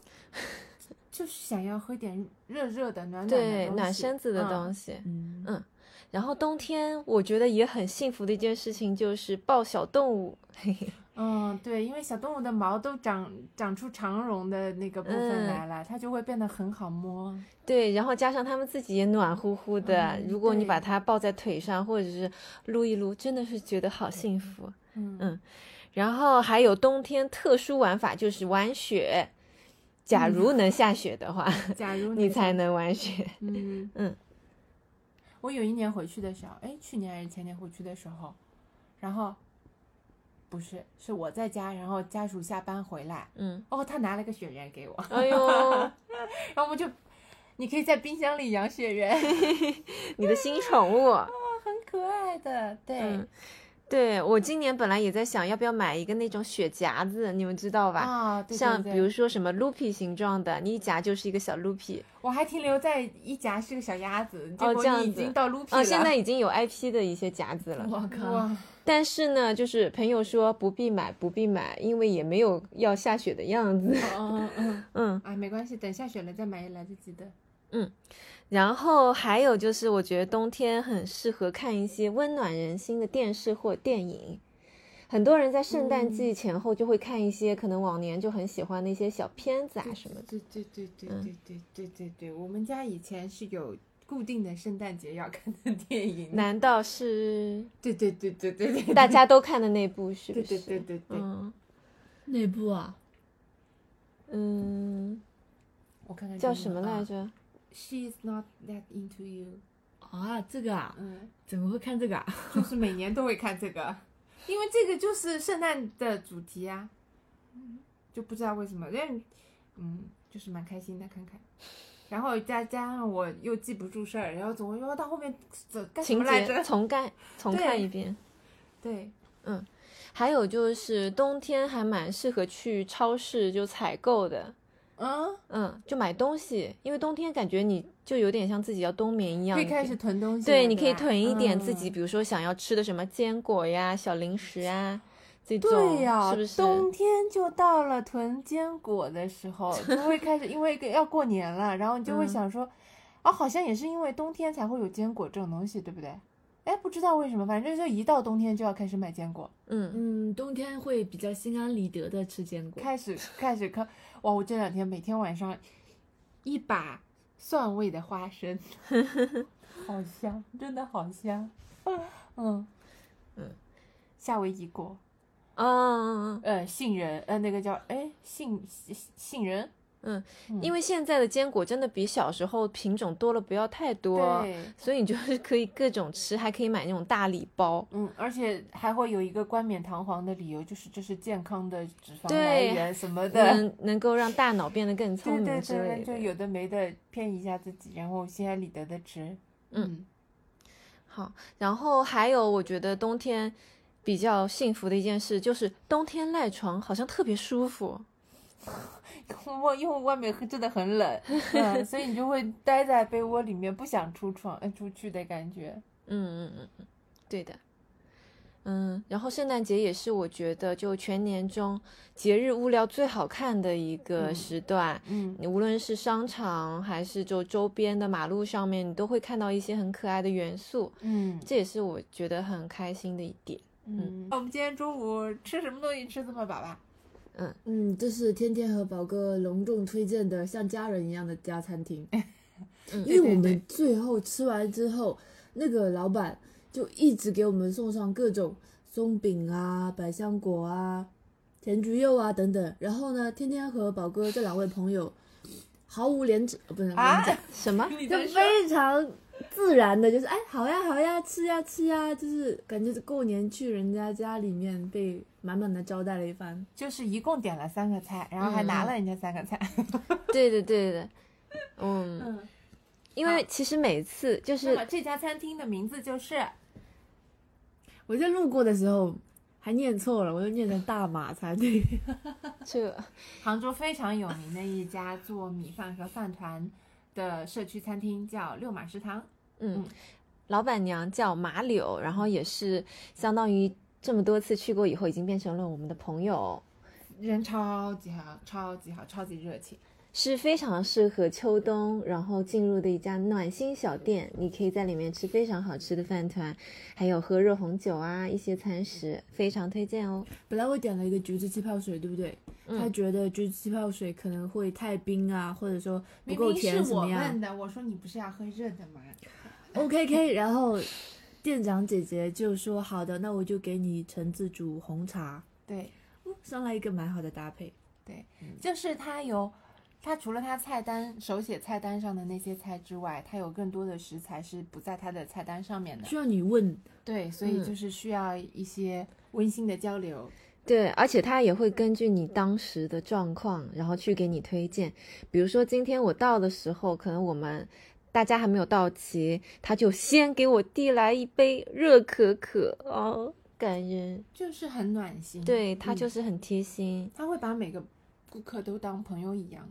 S3: 就是想要喝点热热的、暖暖的
S2: 对，
S3: 东
S2: 暖
S3: 西
S2: 身子
S3: 嗯
S2: 的东西。
S1: 嗯
S2: 嗯然后冬天我觉得也很幸福的一件事情就是抱小动物， 嘿嘿，
S3: 嗯，对，因为小动物的毛都长长出长绒的那个部分
S2: 嗯
S3: 来了，它就会变得很好摸。
S2: 对，然后加上它们自己也暖乎乎的，
S3: 嗯
S2: 如果你
S3: 对
S2: 把它抱在腿上或者是撸一撸，真的是觉得好幸福。
S3: 嗯
S2: 嗯然后还有冬天特殊玩法就是玩雪，假如能下雪的话，
S3: 假如
S2: 你才嗯能玩雪。
S3: 嗯
S2: 嗯。
S3: 我有一年回去的时候，哎，去年还是前年回去的时候，然后不是，是我在家，然后家属下班回来，
S2: 嗯，
S3: 哦，他拿了个雪人给我，
S2: 哎 呦，
S3: 然后我们就，你可以在冰箱里养雪人，
S2: 你的新宠物。
S3: 很可爱的，对，
S2: 嗯，对我今年本来也在想要不要买一个那种雪夹子，你们知道吧？
S3: 啊，对对
S2: 像
S3: 对
S2: 比如说什么 loopy 形状的，你一夹就是一个小 loopy。
S3: 我还停留在一夹是个小鸭子，结
S2: 哦
S3: 果
S2: 这样
S3: 你已
S2: 子
S3: 经到 Loopy 了，嗯
S2: 啊，现在嗯已经有 IP 的一些夹子了。
S1: 我靠，
S3: 哇，
S2: 但是呢，就是朋友说不必买，不必买，因为也没有要下雪的样子。
S3: 嗯嗯嗯，
S2: 嗯，
S3: 啊，没关系，等下雪了再买也来得及的。
S2: 然后还有就是，我觉得冬天很适合看一些温暖人心的电视或电影。很多人在圣
S3: 嗯
S2: 诞季前后就会看一些可能往年就很喜欢的一些小片子啊什么的。
S3: 对对对对
S2: 嗯
S3: 对对对对对，我们家以前是有固定的圣诞节要看的电影的。
S2: 难 道是
S3: 对对对对对对，对
S2: 大家都看的那部？是不
S3: 对
S2: 是？
S3: 对对对对，
S2: 嗯
S1: 内部啊，
S2: 嗯，
S3: 我看看
S2: 叫什么来
S3: 啊
S2: 着？
S3: ？She's not that into you。
S1: 啊，这个啊，
S3: 嗯，
S1: 怎么会看这个啊？
S3: 就是每年都会看这个，因为这个就是圣诞的主题啊。就不知道为什么，但嗯，就是蛮开心的看看。然后再加上我又记不住事儿，然后总会说哦到后面怎干什
S2: 情
S3: 么来
S2: 节
S3: 着？
S2: 重看重看一遍。
S3: 对，
S2: 还有就是冬天还蛮适合去超市就采购的。
S3: 嗯，
S2: 嗯，就买东西，因为冬天感觉你就有点像自己要冬眠一样
S3: 可
S2: 一
S3: 以
S2: 点，
S3: 开始囤东西了。
S2: 对，
S3: 对吧，
S2: 你可以囤一点自
S3: 嗯
S2: 己，比如说想要吃的什么坚果呀、小零食啊这种，
S3: 对呀、
S2: 是不是？
S3: 冬天就到了囤坚果的时候，就会开始，因为要过年了，然后你就会
S2: 嗯
S3: 想说，啊，好像也是因为冬天才会有坚果这种东西，对不对？哎，不知道为什么，反正就一到冬天就要开始买坚果，
S2: 嗯，
S1: 嗯，冬天会比较心安理得的吃坚果。
S3: 开始开始看，哇！我这两天每天晚上一把蒜味的花 生，好香，真的好香，嗯
S2: 嗯，
S3: 夏威夷果，
S2: 哦，
S3: 呃，杏仁，呃，那个叫哎杏杏杏仁，
S2: 因为现在的坚果真的比小时候品种多了不要太多，
S3: 对。
S2: 所以你就是可以各种吃，还可以买那种大礼包。
S3: 嗯，而且还会有一个冠冕堂皇的理由，就是这是健康的脂肪来
S2: 对
S3: 源什么的，
S2: 能能够让大脑变得更聪
S3: 对对
S2: 明之类
S3: 嗯对，就
S2: 的。
S3: 有的没的骗一下自己，然后心安理得的吃。
S2: 嗯，好，然后还有我觉得冬天比较幸福的一件事就是冬天赖床好像特别舒服。
S3: 嗯 我因为外面真的很 冷，嗯，所以你就会待在被窝里面，不想出床呃出去的感觉。
S2: 嗯嗯嗯嗯，对的。嗯，然后圣诞节也是我觉得就全年中节日物料最好看的一个
S3: 嗯
S2: 时段。
S3: 嗯，
S2: 你无论是商场还是就周边的马路上面，你都会看到一些很可爱的元素，
S3: 嗯
S2: 这也是我觉得很开心的一点。
S3: 嗯，那我们今天中午吃什么东西吃这么饱啊吧？
S1: 嗯，这是天天和宝哥隆重推荐的像家人一样的家 餐厅，
S2: 嗯
S1: 因为
S3: 对
S1: 我
S3: 对
S1: 们最后吃完之后，那个老板就一直给我们送上各种松饼啊、百香果啊、甜菊柚啊等等。然后呢，天天和宝哥这两位朋友毫无廉耻，呃不是廉
S3: 啊
S1: 耻，，
S2: 什么？
S3: 你
S1: 就
S3: 在说
S1: 非常自然的，就是哎，好呀好呀，吃呀吃呀，就是感觉过年去人家家里面被满满的招待了一番。
S3: 就是一共点了三个菜，然后还拿
S2: 嗯嗯
S3: 了人家三个 菜。
S2: 对的，对的。嗯，
S3: 嗯，
S2: 因为其实每次就
S3: 那么
S2: 是
S3: 这家餐厅的名字就是。
S1: 我在路过的时候还念错了，我就念成大马餐 厅。
S3: 嗯
S2: 这，
S3: 杭州非常有名的一家做米饭和饭团的社区餐厅叫六马食堂。
S2: 嗯
S3: 嗯，
S2: 老板娘叫马柳，然后也是相当于这么多次去过以后，已经变成了我们的朋友。
S3: 人超级好，超级好，超级热情。
S2: 是非常适合秋冬，然后进入的一家暖心小店。你可以在里面吃非常好吃的饭团，还有喝热红酒啊，一些餐食，非常推荐哦。
S1: 本来我点了一个橘子气泡水，对不对？他
S2: 嗯，
S1: 觉得橘子气泡水可能会太冰啊，或者说不
S3: 明
S1: 够
S3: 明
S1: 甜，
S3: 是
S1: 怎
S3: 我
S1: 么样
S3: 问的，我说你不是要喝热的吗？
S1: ？OK K，然后店长姐姐就说好的，那我就给你橙子煮红茶，
S3: 对，
S1: 嗯上来一个蛮好的搭配。
S3: 就是它有，它除了它菜单手写菜单上的那些菜之外，它有更多的食材是不在它的菜单上面的。
S1: 需要你问，
S3: 对，所以
S2: 嗯
S3: 就是需要一些温馨的交流。
S2: 对，而且他也会根据你当时的状况，然后去给你推荐。比如说今天我到的时候，可能我们大家还没有到齐，他就先给我递来一杯热可可哦，感人。
S3: 就是很暖心。
S2: 对他就
S3: 嗯
S2: 是很贴心，
S3: 他会把每个顾客都当朋友一样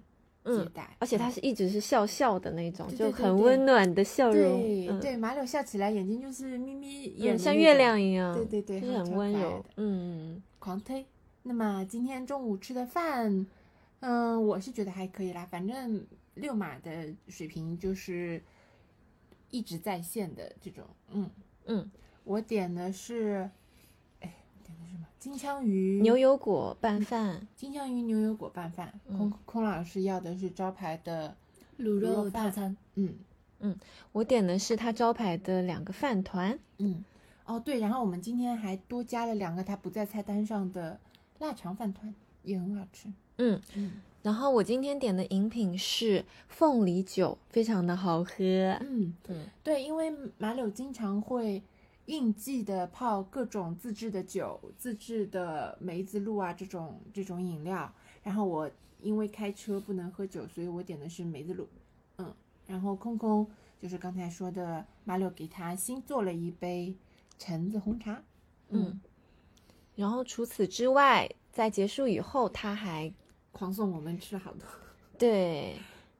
S3: 接
S2: 嗯，
S3: 待，
S2: 而且他是一直是笑笑的那种，
S3: 对
S2: 就
S3: 对对
S2: 很
S3: 对
S2: 温暖的笑
S3: 嗯
S2: 容，
S3: 对、
S2: 嗯
S3: 对，马柳笑起来眼睛就是眯眯
S2: 嗯
S3: 眼、
S2: 像月，亮一样，
S3: 对对对，
S2: 就是很
S3: 超
S2: 温
S3: 可爱
S2: 柔
S3: 的，
S2: 嗯，
S3: 狂推。那么今天中午吃的饭，嗯，我是觉得还可以啦，反正六马的水平就是一直在线的这种，嗯
S2: 嗯，
S3: 我点的是，哎，我点的是什么？金枪鱼
S2: 牛油果拌饭，
S3: 金枪鱼牛油果拌饭，空空老师要的是招牌的，
S1: 卤
S3: 肉
S1: 肉
S3: 饭
S1: 大餐，
S3: 嗯
S2: 我点的是他招牌的两个饭团，
S3: 嗯，哦对，然后我们今天还多加了两个它不在菜单上的腊肠饭团，也很好吃。
S2: 嗯，
S3: 嗯
S2: 然后我今天点的饮品是凤梨酒，非常的好喝。
S3: 嗯
S2: 嗯
S3: 对，因为马柳经常会应季的泡各种自制的酒、自制的梅子露啊这种这种饮料，然后我因为开车不能喝酒，所以我点的是梅子露，嗯，然后空空就是刚才说的马柳给他新做了一杯橙子红茶，
S2: 嗯，然后除此之外，在结束以后，他还
S3: 狂送我们吃了好多。
S2: 对，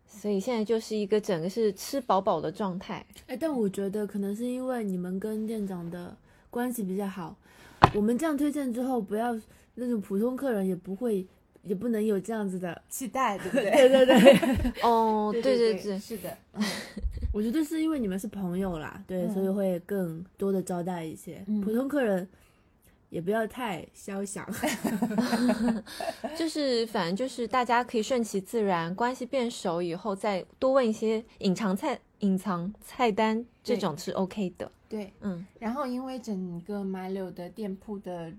S2: 所以现在就是一个整个是吃饱饱的状 态。
S1: 哎，但我觉得可能是因为你们跟店长的关系比较好，我们这样推荐之后，不要那种普通客人也不会，也不能有这样子的。
S3: 期待，对不 对？
S1: 对对对。
S2: 哦，对
S3: 对
S2: 对，
S3: 是的，
S1: 我觉得是因为你们是朋友啦，对，
S3: 嗯
S1: 所以会更多的招待一些、
S3: 嗯
S1: 普通客人，也不要太肖想。
S2: 就是反正就是大家可以顺其自然，关系变熟以后再多问一些隐藏菜、隐藏菜单这种是 OK 的。
S3: 对。
S2: 嗯
S3: 然后因为整个马柳的店铺的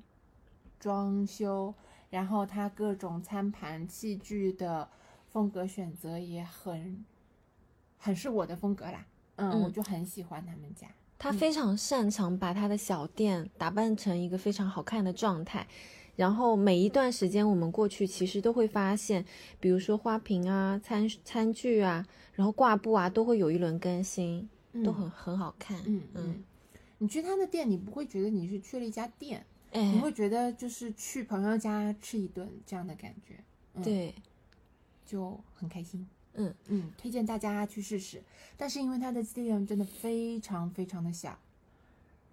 S3: 装修，然后它各种餐盘器具的风格选择也很，很是我的风格啦。嗯，
S2: 嗯
S3: 我就很喜欢他们家。
S2: 他非常擅长把他的小店打扮成一个非常好看的状态。然后每一段时间我们过去，其实都会发现，比如说花瓶啊、餐餐具啊，然后挂布啊，都会有一轮更新，
S3: 嗯
S2: 都很很好看。
S3: 嗯嗯，你去他的店，你不会觉得你是去了一家店，你
S2: 哎，
S3: 会觉得就是去朋友家吃一顿这样的感觉。嗯
S2: 对，
S3: 就很开心。
S2: 嗯
S3: 嗯，推荐大家去试试。但是因为它的店真的非常非常的小，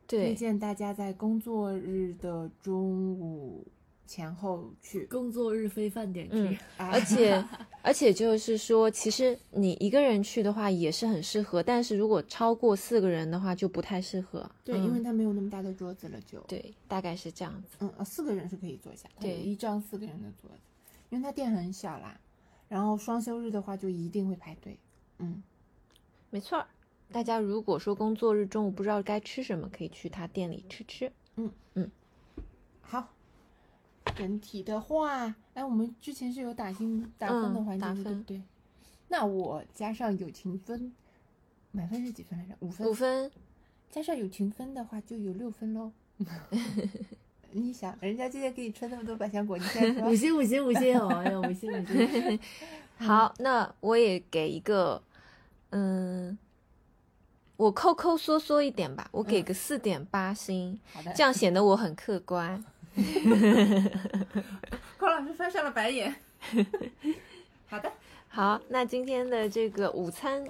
S3: 推
S2: 对，
S3: 荐大家在工作日的中午前后去。
S1: 工作日非饭点去、
S2: 嗯
S3: 啊
S2: 而且而且就是说，其实你一个人去的话也是很适合，但是如果超过四个人的话就不太适合。
S3: 对，
S2: 嗯
S3: 因为它没有那么大的桌子了就，
S2: 对，大概是这样子。
S3: 嗯，呃，四个人是可以坐下，它有
S2: 对
S3: 一张四个人的桌子，因为它店很小啦。然后双休日的话，就一定会排队。嗯，
S2: 没错儿，大家如果说工作日中午不知道该吃什么，可以去他店里吃吃。
S3: 好。整体的话，哎，我们之前是有打星打分的
S2: 嗯
S3: 环节
S2: 打
S3: 的，对不
S2: 分
S3: 对？那我加上友情分，满分是几分来着？五分。
S2: 五分，
S3: 加上友情分的话，就有六分 喽。你想，人家今天给你吃那么多百香果，你现在
S1: 五
S3: 说
S1: 星五星五星哦，哎呀，五星五星，
S2: 嗯好，那我也给一个，嗯，我抠抠缩缩一点吧，我给个四点八星，
S3: 好的
S2: 这，样显得我很客观。
S3: 高老师翻上了白 眼。好的，
S2: 好，那今天的这个午餐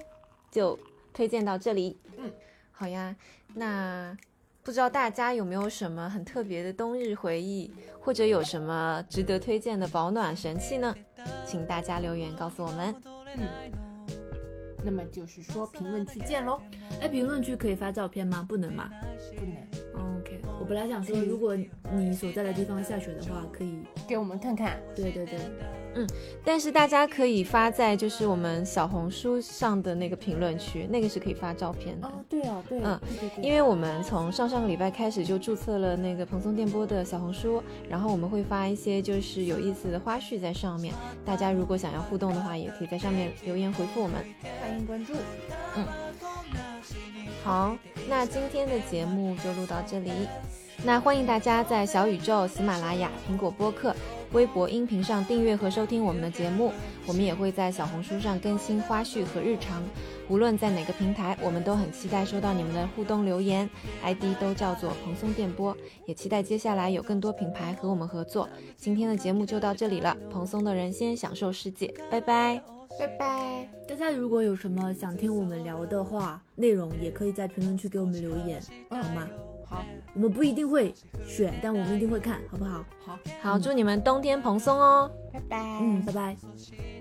S2: 就推荐到这里。
S3: 嗯，
S2: 好呀。那不知道大家有没有什么很特别的冬日回忆，或者有什么值得推荐的保暖神器呢？请大家留言告诉我们。
S3: 那么就是说评论区见喽，
S1: 哎，评论区可以发照片吗？不能吗
S3: 不能
S1: ？OK，我本来想说，如果你所在的地方下雪的话，可以。
S3: 给我们看看。
S1: 对对对，
S2: 但是大家可以发在就是我们小红书上的那个评论区，那个是可以发照片的。
S3: 哦，对哦，对，
S2: 嗯
S3: 对对对，
S2: 因为我们从上上个礼拜开始就注册了那个蓬松电波的小红书，然后我们会发一些就是有意思的花絮在上面，大家如果想要互动的话，也可以在上面留言回复我们。
S3: 欢迎关注，
S2: 好，那今天的节目就录到这里。那欢迎大家在小宇宙、喜马拉雅、苹果播客、微博音频上订阅和收听我们的节目。我们也会在小红书上更新花絮和日常。无论在哪个平台，我们都很期待收到你们的互动留言，ID 都叫做蓬松电波。也期待接下来有更多品牌和我们合作。今天的节目就到这里了，蓬松的人先享受世界，拜拜。
S3: 拜拜。
S1: 大家如果有什么想听我们聊的话，内容也可以在评论区给我们留言，好吗？
S3: 好，
S1: 我们不一定会选，但我们一定会看，好不好？
S3: 好，
S2: 好，祝你们冬天蓬松哦。
S3: 拜拜。
S1: 嗯，拜拜。
S4: 「